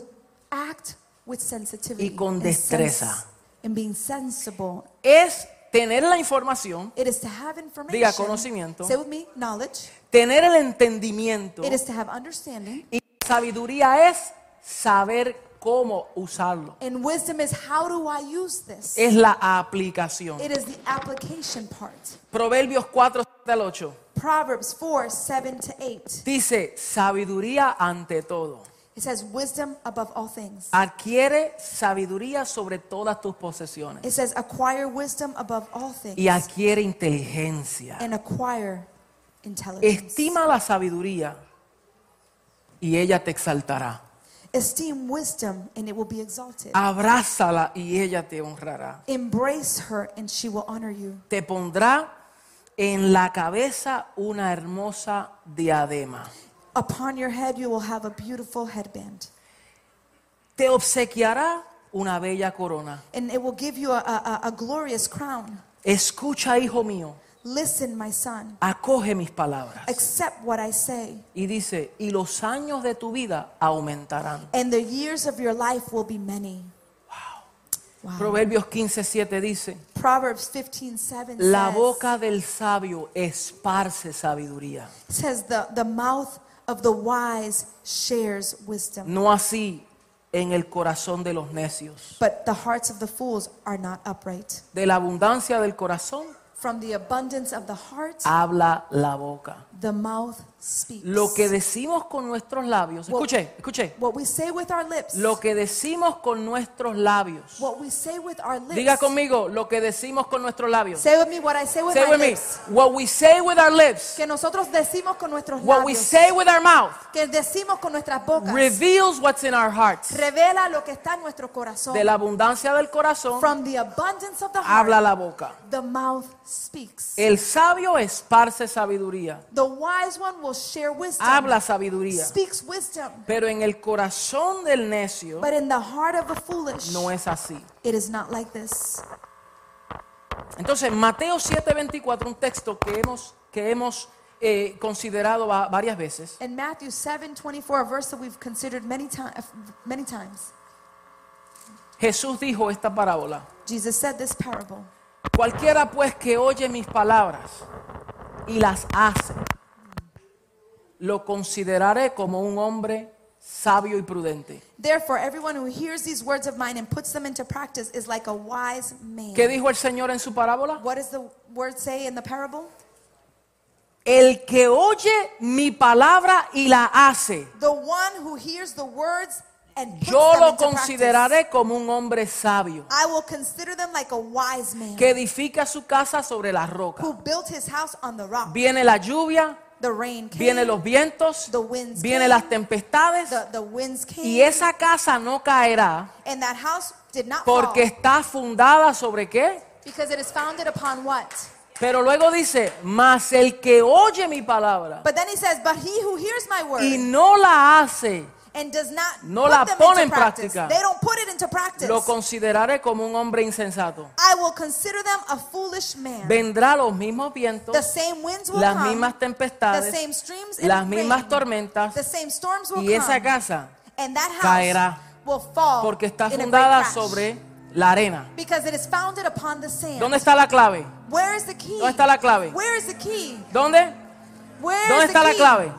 Speaker 2: act with sensitivity
Speaker 1: Y con
Speaker 2: and sense-
Speaker 1: destreza.
Speaker 2: and being sensible.
Speaker 1: Es tener la información,
Speaker 2: It is to have information.
Speaker 1: Diga conocimiento.
Speaker 2: Say with me, knowledge.
Speaker 1: tener el entendimiento.
Speaker 2: It is to have understanding.
Speaker 1: Y sabiduría es saber cómo usarlo.
Speaker 2: And wisdom is how do I use this?
Speaker 1: Es la aplicación.
Speaker 2: It is the application part.
Speaker 1: Proverbios 4 al 8
Speaker 2: Proverbs 4, 7 to 8.
Speaker 1: dice sabiduría ante todo.
Speaker 2: It says wisdom above all things.
Speaker 1: Adquiere sabiduría sobre todas tus posesiones
Speaker 2: It says acquire wisdom above all things.
Speaker 1: y adquiere inteligencia.
Speaker 2: And acquire intelligence.
Speaker 1: Estima la sabiduría y ella te exaltará.
Speaker 2: Esteem wisdom and it will be exalted.
Speaker 1: Ah. Abrázala y ella te honrará.
Speaker 2: Embrace her and she will honor you.
Speaker 1: Te pondrá en la cabeza una hermosa diadema.
Speaker 2: Upon your head you will have a beautiful headband.
Speaker 1: Te obsequiará una bella corona.
Speaker 2: And it will give you a, a, a glorious crown.
Speaker 1: Escucha, hijo mío,
Speaker 2: Listen, my son.
Speaker 1: acoge mis palabras.
Speaker 2: Accept what I say.
Speaker 1: Y dice, y los años de tu vida aumentarán.
Speaker 2: And the years of your life will be many. Wow. Wow.
Speaker 1: Proverbios 15:7 dice,
Speaker 2: Proverbs 15, 7
Speaker 1: la
Speaker 2: says,
Speaker 1: boca del sabio esparce sabiduría.
Speaker 2: says the, the mouth of the wise shares wisdom.
Speaker 1: No así en el corazón de los necios.
Speaker 2: But the hearts of the fools are not upright.
Speaker 1: De la abundancia del corazón
Speaker 2: From the abundance of the heart,
Speaker 1: habla la boca.
Speaker 2: the mouth speaks.
Speaker 1: Ah. Lo que decimos con nuestros labios, escuche, escuche,
Speaker 2: what we say with our lips,
Speaker 1: lo que decimos con nuestros labios.
Speaker 2: what we say with our lips.
Speaker 1: Diga conmigo lo que decimos con nuestros labios.
Speaker 2: Say with me what I say with
Speaker 1: Say
Speaker 2: my
Speaker 1: with me,
Speaker 2: lips.
Speaker 1: what we say with our lips,
Speaker 2: Que nosotros decimos con nuestros
Speaker 1: what
Speaker 2: labios.
Speaker 1: we say with our mouth.
Speaker 2: que decimos con nuestras bocas.
Speaker 1: reveals what's in our hearts.
Speaker 2: revela lo que está en nuestro corazón.
Speaker 1: De la abundancia del corazón
Speaker 2: From the abundance of the heart,
Speaker 1: habla la boca.
Speaker 2: the mouth speaks.
Speaker 1: El sabio esparce sabiduría,
Speaker 2: the wise one will share wisdom.
Speaker 1: habla sabiduría,
Speaker 2: speaks wisdom.
Speaker 1: pero en el corazón del necio
Speaker 2: But in the heart of the foolish,
Speaker 1: no es así.
Speaker 2: it is not like this.
Speaker 1: Entonces, Mateo 7:24, un texto que hemos, que hemos eh, considerado va- varias veces,
Speaker 2: In Matthew 7, 24, a verse that we've considered many, time, many times,
Speaker 1: Jesús dijo esta parábola.
Speaker 2: Jesus said this parable.
Speaker 1: Cualquiera pues que oye mis palabras y las hace, lo consideraré como un hombre sabio y prudente.
Speaker 2: Therefore, everyone who hears these words of mine and puts them into practice is like a wise man.
Speaker 1: ¿Qué dijo el Señor en su parábola?
Speaker 2: What does the word say in the parable?
Speaker 1: El que oye mi palabra y la hace,
Speaker 2: The one who hears the words and puts
Speaker 1: yo
Speaker 2: them
Speaker 1: lo
Speaker 2: into practice.
Speaker 1: consideraré como un hombre sabio,
Speaker 2: I will consider them like a wise man
Speaker 1: que edifica su casa sobre la roca.
Speaker 2: who built his house on the rock.
Speaker 1: Viene la lluvia,
Speaker 2: The rain came.
Speaker 1: vienen los vientos,
Speaker 2: The winds
Speaker 1: vienen
Speaker 2: came.
Speaker 1: las tempestades
Speaker 2: the, the winds came.
Speaker 1: y esa casa no caerá
Speaker 2: and that house did not
Speaker 1: porque
Speaker 2: fall
Speaker 1: está fundada sobre qué?
Speaker 2: because it is founded upon what?
Speaker 1: Pero luego dice, mas el que oye mi palabra
Speaker 2: But then he says, but he who hears my word
Speaker 1: y no la hace,
Speaker 2: and does not
Speaker 1: no
Speaker 2: put
Speaker 1: la
Speaker 2: them
Speaker 1: pone en
Speaker 2: into practice,
Speaker 1: práctica,
Speaker 2: they don't put it into practice.
Speaker 1: lo consideraré como un hombre insensato.
Speaker 2: I will consider them a foolish man.
Speaker 1: Vendrá los mismos
Speaker 2: the
Speaker 1: vientos,
Speaker 2: same winds will
Speaker 1: las
Speaker 2: come,
Speaker 1: mismas
Speaker 2: the
Speaker 1: tempestades,
Speaker 2: same streams and
Speaker 1: las
Speaker 2: rain,
Speaker 1: mismas
Speaker 2: the
Speaker 1: tormentas
Speaker 2: same storms will
Speaker 1: y esa
Speaker 2: come,
Speaker 1: casa
Speaker 2: and that house
Speaker 1: caerá,
Speaker 2: will fall
Speaker 1: porque está
Speaker 2: Oh, in a great
Speaker 1: fundada
Speaker 2: crash,
Speaker 1: sobre la arena.
Speaker 2: because it is founded upon the sand.
Speaker 1: ¿Dónde está la clave?
Speaker 2: Where is the key?
Speaker 1: ¿Dónde está la clave?
Speaker 2: Where is the key?
Speaker 1: ¿Dónde?
Speaker 2: Where is
Speaker 1: ¿Dónde está la
Speaker 2: the key?
Speaker 1: clave?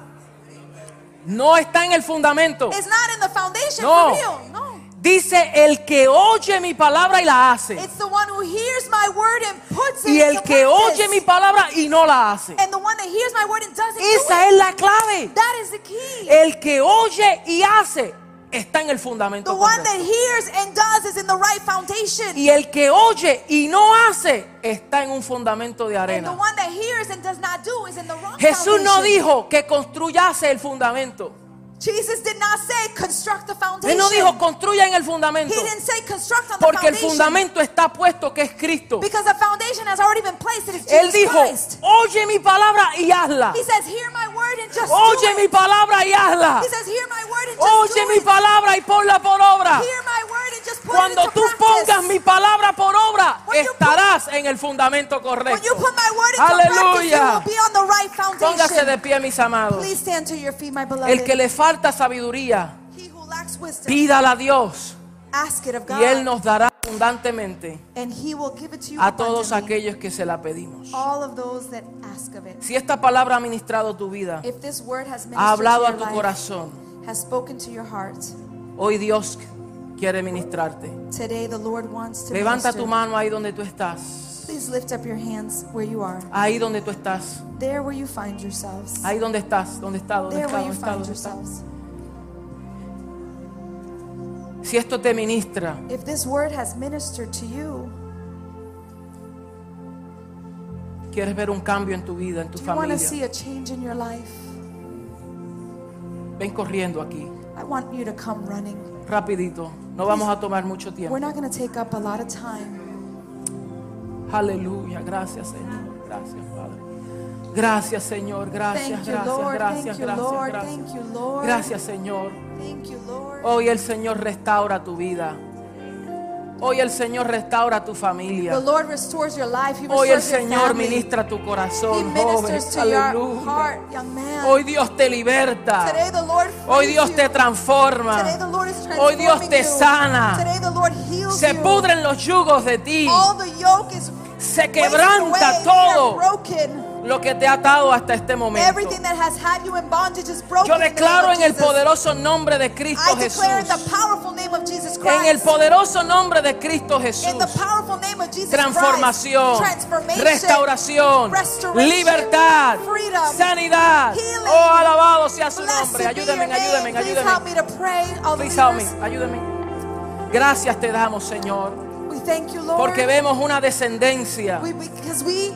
Speaker 1: No está en el fundamento.
Speaker 2: It's not in the foundation
Speaker 1: No.
Speaker 2: for real. No.
Speaker 1: Dice el que oye mi palabra y la hace.
Speaker 2: It's the one who hears my word and puts it
Speaker 1: Y el
Speaker 2: into
Speaker 1: que
Speaker 2: practice.
Speaker 1: oye mi palabra y no la hace.
Speaker 2: And the one that hears my word and doesn't do
Speaker 1: Esa
Speaker 2: it.
Speaker 1: es la clave.
Speaker 2: That is the key.
Speaker 1: El que oye y hace está en el fundamento.
Speaker 2: the one
Speaker 1: correcto.
Speaker 2: that hears and does is in the right foundation.
Speaker 1: Y el que oye y no hace está en un fundamento de
Speaker 2: and the
Speaker 1: arena.
Speaker 2: one that hears and does not do is in the wrong
Speaker 1: Jesús no
Speaker 2: foundation.
Speaker 1: dijo que construyase el fundamento.
Speaker 2: Jesus did not say construct the
Speaker 1: Él
Speaker 2: foundation.
Speaker 1: no dijo construyan el fundamento.
Speaker 2: he didn't say construct on the
Speaker 1: Porque el
Speaker 2: foundation.
Speaker 1: fundamento está puesto que es Cristo.
Speaker 2: because the foundation has already been placed. It is
Speaker 1: Él
Speaker 2: Jesus
Speaker 1: dijo,
Speaker 2: Christ.
Speaker 1: oye mi palabra y hazla.
Speaker 2: He says, hear my word and just
Speaker 1: Oye
Speaker 2: do
Speaker 1: mi
Speaker 2: it.
Speaker 1: palabra y hazla.
Speaker 2: He says, hear my word and just
Speaker 1: Oye
Speaker 2: do
Speaker 1: mi
Speaker 2: it.
Speaker 1: palabra y ponla por obra.
Speaker 2: Hear my word and just put it
Speaker 1: Cuando
Speaker 2: into
Speaker 1: tú
Speaker 2: practice.
Speaker 1: pongas mi palabra por obra,
Speaker 2: When you put-
Speaker 1: estarás en el fundamento
Speaker 2: When you
Speaker 1: correcto.
Speaker 2: put my word into practice, you
Speaker 1: Aleluya.
Speaker 2: will be on the right
Speaker 1: Póngase
Speaker 2: foundation.
Speaker 1: de pie, mis amados.
Speaker 2: Please stand to your feet, my beloved.
Speaker 1: El que le falta sabiduría,
Speaker 2: he who lacks wisdom,
Speaker 1: pídala a Dios
Speaker 2: ask it of God,
Speaker 1: y Él nos dará abundantemente
Speaker 2: and he will give it to you
Speaker 1: a todos
Speaker 2: abundantly.
Speaker 1: aquellos que se la pedimos.
Speaker 2: All of those that ask of it.
Speaker 1: Si esta palabra ha ministrado tu vida,
Speaker 2: If this word has
Speaker 1: ha
Speaker 2: ministered
Speaker 1: hablado
Speaker 2: to
Speaker 1: a
Speaker 2: your
Speaker 1: tu
Speaker 2: life,
Speaker 1: corazón,
Speaker 2: has spoken to your heart,
Speaker 1: hoy Dios quiere ministrarte.
Speaker 2: today the Lord wants to
Speaker 1: Levanta
Speaker 2: minister.
Speaker 1: tu mano ahí donde tú estás,
Speaker 2: Please lift up your hands where you are,
Speaker 1: ahí donde tú estás,
Speaker 2: there where you find yourselves,
Speaker 1: ahí donde estás, donde está, donde
Speaker 2: there
Speaker 1: está,
Speaker 2: where you
Speaker 1: donde está,
Speaker 2: find
Speaker 1: donde está.
Speaker 2: yourselves.
Speaker 1: Si esto te ministra,
Speaker 2: If this word has ministered to you,
Speaker 1: quieres ver un cambio en tu vida, en tu
Speaker 2: Do you want
Speaker 1: familia,
Speaker 2: to see a change in your life?
Speaker 1: ven corriendo aquí,
Speaker 2: I want you to come running.
Speaker 1: rapidito. No vamos a tomar mucho
Speaker 2: We're
Speaker 1: tiempo.
Speaker 2: not going to take up a lot of time.
Speaker 1: Aleluya, gracias Señor, gracias Padre. Gracias Señor, gracias,
Speaker 2: Thank you,
Speaker 1: gracias,
Speaker 2: Lord.
Speaker 1: gracias,
Speaker 2: Thank you,
Speaker 1: gracias,
Speaker 2: Lord.
Speaker 1: gracias.
Speaker 2: Thank you, Lord.
Speaker 1: Gracias Oh, Señor.
Speaker 2: Thank you, Lord.
Speaker 1: Hoy el Señor restaura tu vida. Hoy el Señor restaura tu
Speaker 2: The
Speaker 1: familia.
Speaker 2: Lord restores your life. He
Speaker 1: Hoy el
Speaker 2: restores your
Speaker 1: Señor
Speaker 2: family.
Speaker 1: ministra tu
Speaker 2: He
Speaker 1: corazón, joven.
Speaker 2: ministers to your
Speaker 1: Aleluya.
Speaker 2: heart, young man.
Speaker 1: Hoy Dios te liberta.
Speaker 2: Today the Lord
Speaker 1: Hoy
Speaker 2: frees
Speaker 1: Dios
Speaker 2: you.
Speaker 1: te
Speaker 2: Today the
Speaker 1: transforma.
Speaker 2: Lord is
Speaker 1: Ah. Hoy Dios
Speaker 2: transforming
Speaker 1: te
Speaker 2: you.
Speaker 1: sana.
Speaker 2: Today the Lord heals
Speaker 1: Se
Speaker 2: you.
Speaker 1: pudren los yugos de ti.
Speaker 2: All the yoke is
Speaker 1: Se
Speaker 2: wasted
Speaker 1: quebranta
Speaker 2: away. They are
Speaker 1: todo
Speaker 2: broken.
Speaker 1: lo que te ha atado hasta este momento.
Speaker 2: Everything that has had you in bondage is broken.
Speaker 1: Yo
Speaker 2: in the name
Speaker 1: declaro
Speaker 2: of
Speaker 1: en el
Speaker 2: Jesus.
Speaker 1: poderoso nombre de Cristo
Speaker 2: I
Speaker 1: Jesús.
Speaker 2: declare in the powerful name of Jesus
Speaker 1: En
Speaker 2: Christ.
Speaker 1: el poderoso nombre de Cristo Jesús.
Speaker 2: in the powerful name of Jesus
Speaker 1: Transformación,
Speaker 2: Christ. Transformation.
Speaker 1: restauración,
Speaker 2: restoration,
Speaker 1: libertad,
Speaker 2: freedom,
Speaker 1: sanidad.
Speaker 2: healing.
Speaker 1: Oh, alabado sea su
Speaker 2: Blessed
Speaker 1: nombre.
Speaker 2: be your
Speaker 1: Ayúdenme,
Speaker 2: name.
Speaker 1: ayúdenme,
Speaker 2: Please help
Speaker 1: ayúdenme.
Speaker 2: me to pray. All the
Speaker 1: Please help me,
Speaker 2: leaders,
Speaker 1: ayúdenme. Gracias te damos, Señor,
Speaker 2: We thank you, Lord.
Speaker 1: porque vemos una descendencia
Speaker 2: we, because we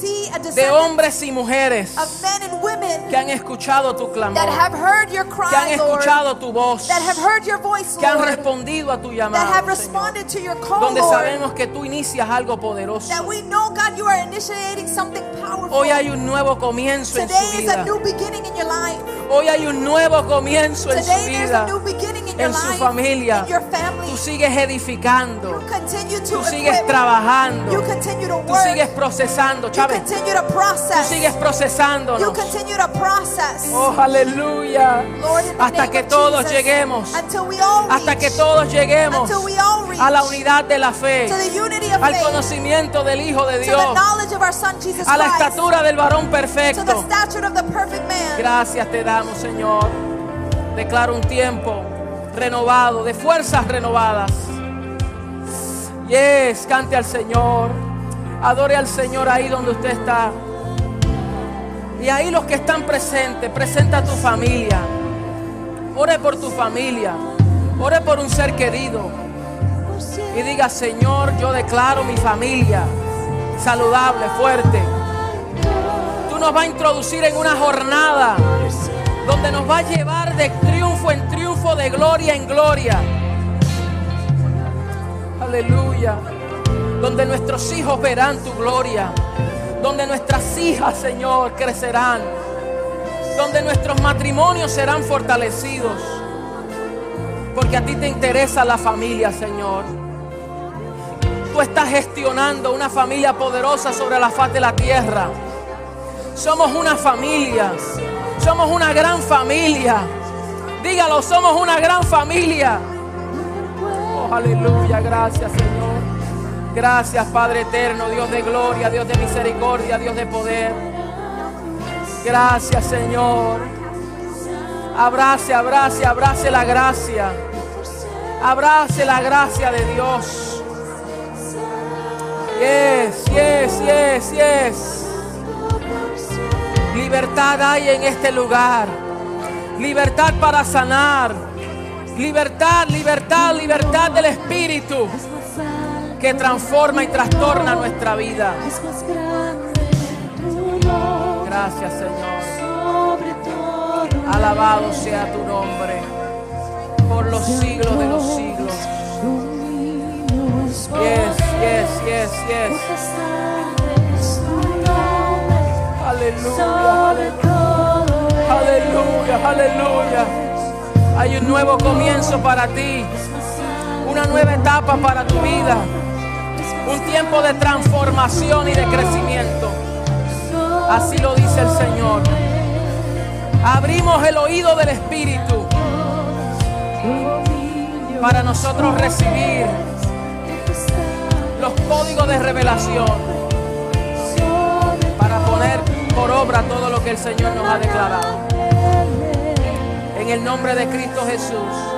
Speaker 2: see a
Speaker 1: de
Speaker 2: descendant
Speaker 1: hombres y mujeres
Speaker 2: of men and women
Speaker 1: que han escuchado tu
Speaker 2: that
Speaker 1: clamor,
Speaker 2: have heard your
Speaker 1: que han
Speaker 2: cry, Lord.
Speaker 1: escuchado tu voz,
Speaker 2: That have heard your voice,
Speaker 1: que han
Speaker 2: Lord.
Speaker 1: respondido a tu
Speaker 2: that have
Speaker 1: llamado, Señor.
Speaker 2: responded to your call,
Speaker 1: donde
Speaker 2: Lord.
Speaker 1: sabemos que tú inicias algo poderoso.
Speaker 2: That we know, God, you are initiating something powerful.
Speaker 1: Hoy hay un nuevo comienzo en
Speaker 2: Today
Speaker 1: su
Speaker 2: is a
Speaker 1: vida.
Speaker 2: new beginning in your life.
Speaker 1: Hoy hay un nuevo comienzo en su
Speaker 2: Today there's a
Speaker 1: vida,
Speaker 2: new beginning in your
Speaker 1: en su
Speaker 2: life,
Speaker 1: familia.
Speaker 2: in your family.
Speaker 1: Tú sigues edificando,
Speaker 2: You continue to
Speaker 1: tú sigues
Speaker 2: equip. You
Speaker 1: trabajando,
Speaker 2: continue to
Speaker 1: tú
Speaker 2: work.
Speaker 1: sigues procesando,
Speaker 2: you
Speaker 1: Chávez.
Speaker 2: continue to
Speaker 1: Tú
Speaker 2: process.
Speaker 1: sigues
Speaker 2: you
Speaker 1: procesándonos.
Speaker 2: continue to process.
Speaker 1: Oh, aleluya.
Speaker 2: Lord, in the
Speaker 1: Hasta
Speaker 2: name
Speaker 1: que
Speaker 2: of
Speaker 1: todos
Speaker 2: Jesus,
Speaker 1: lleguemos,
Speaker 2: until we all
Speaker 1: hasta
Speaker 2: reach,
Speaker 1: que todos lleguemos
Speaker 2: until we all reach
Speaker 1: a la unidad de la fe,
Speaker 2: to the unity of
Speaker 1: al
Speaker 2: faith,
Speaker 1: conocimiento del Hijo de
Speaker 2: to the
Speaker 1: Dios,
Speaker 2: knowledge of our Son Jesus
Speaker 1: a la
Speaker 2: Christ,
Speaker 1: estatura del varón
Speaker 2: to
Speaker 1: perfecto.
Speaker 2: the stature of the perfect man.
Speaker 1: Gracias te damos, Señor. Declaro un tiempo renovado, de fuerzas renovadas. Yes, cante al Señor. Adore al Señor ahí donde usted está. Y ahí los que están presentes, presenta a tu familia. Ore por tu familia. Ore por un ser querido. Y diga, Señor, yo declaro mi familia saludable, fuerte. Tú no nos va a introducir en una jornada donde nos va a llevar de triunfo en triunfo, de gloria en gloria. Aleluya. Donde nuestros hijos verán tu gloria. Donde nuestras hijas, Señor, crecerán. Donde nuestros matrimonios serán fortalecidos. Porque a ti te interesa la familia, Señor. Tú estás gestionando una familia poderosa sobre la faz de la tierra. Somos una familia. Somos una gran familia. Dígalo, somos una gran familia. Oh, aleluya, gracias Señor. Gracias Padre eterno, Dios de gloria, Dios de misericordia, Dios de poder. Gracias Señor. Abrace, abrace, abrace la gracia. Abrace la gracia de Dios. Yes, yes, yes, yes. Libertad hay en este lugar. Libertad para sanar. Libertad, libertad, libertad del Espíritu
Speaker 3: Es más alto,
Speaker 1: que transforma y trastorna nuestra vida.
Speaker 3: es más grande tu nombre
Speaker 1: Gracias Señor.
Speaker 3: sobre todo.
Speaker 1: Alabado sea tu nombre por los siglos de los siglos.
Speaker 3: Dominios,
Speaker 1: Yes, yes, yes, yes.
Speaker 3: potestades, tu nombre
Speaker 1: Aleluya,
Speaker 3: sobre todo.
Speaker 1: aleluya, aleluya. Hay un nuevo comienzo para ti,
Speaker 3: Es más alto,
Speaker 1: una nueva etapa para tu vida,
Speaker 3: es más
Speaker 1: un tiempo de transformación y de crecimiento.
Speaker 3: sobre
Speaker 1: Así lo dice el Señor. Abrimos el oído del Espíritu
Speaker 3: dominios,
Speaker 1: para nosotros recibir
Speaker 3: potestades,
Speaker 1: los códigos de revelación
Speaker 3: sobre
Speaker 1: para poner por obra todo lo que el Señor nos ha declarado. En el nombre de Cristo Jesús.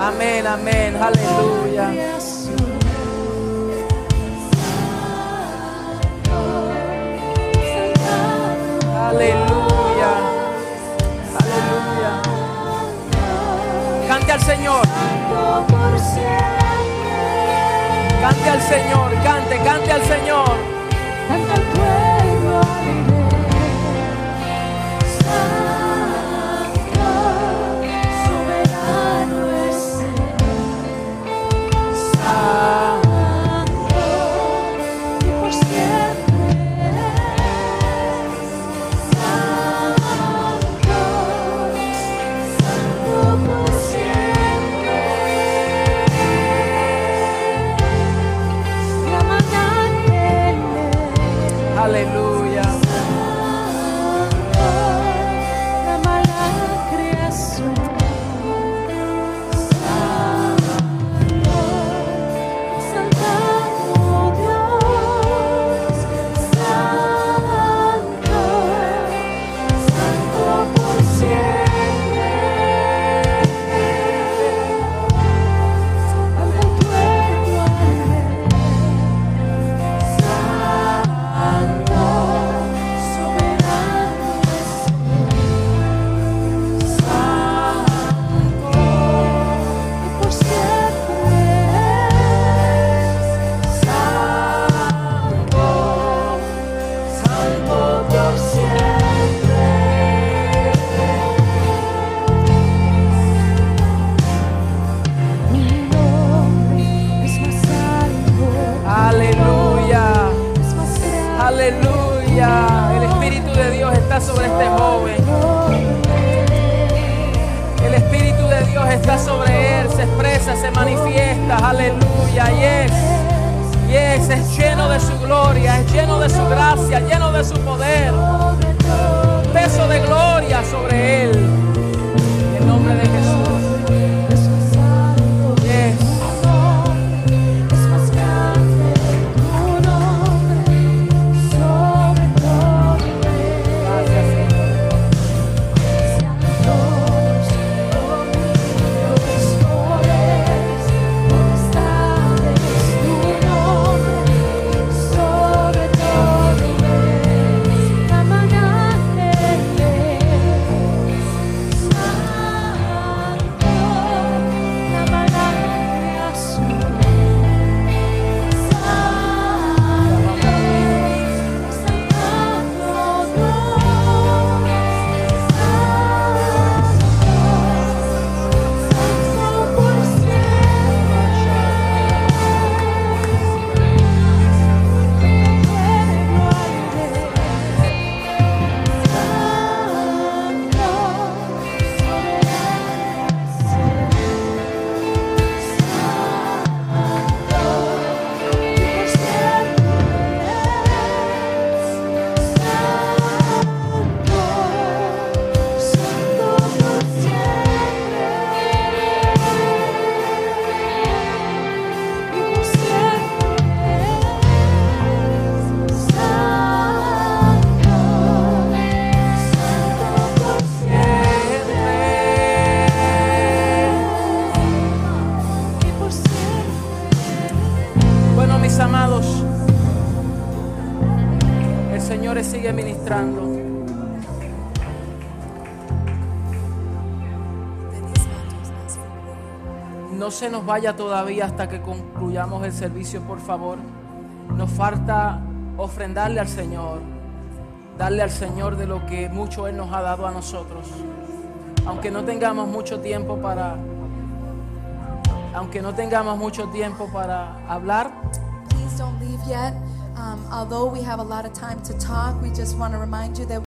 Speaker 1: Amén, amén, aleluya. Aleluya. Aleluya. Cante al Señor,
Speaker 3: por siempre.
Speaker 1: cante al Señor, cante, cante al Señor.
Speaker 3: Canta el pueblo al Rey, Santo, soberano es Él,
Speaker 1: Ah.
Speaker 3: Santo, y por siempre eres, Santo, Santo por siempre. La maldad
Speaker 1: Aleluya.
Speaker 3: la mala creación. Santo, Dios, Santo, Santo por siempre. Santo, soberano es Santo, y por siempre es Santo, Santo por siempre. Mi nombre es más alto.
Speaker 1: Aleluya.
Speaker 3: Es más grande.
Speaker 1: Aleluya. El Espíritu de Dios está sobre este joven. El Espíritu de Dios está sobre él. Se expresa, se manifiesta. Aleluya. Yes. Yes. Es lleno de su gloria. Es lleno de su gracia. Lleno de su poder. Peso de gloria sobre él. En nombre de Jesús.
Speaker 3: Es más alto
Speaker 1: Yes.
Speaker 3: amor, es más grande tu nombre, sobre todo
Speaker 1: Gracias, Señor.
Speaker 3: Santos, dominios, poderes, potestades, tu nombre, sobre todo eres la mañana
Speaker 1: No se nos vaya todavía hasta que concluyamos el servicio, por favor. Nos falta ofrendarle al Señor, darle al Señor de lo que mucho Él nos ha dado a nosotros. Aunque no tengamos mucho tiempo para, aunque no tengamos mucho tiempo para hablar,
Speaker 2: Please don't leave yet. Um, although we have a lot of time to talk, we just want to remind you that.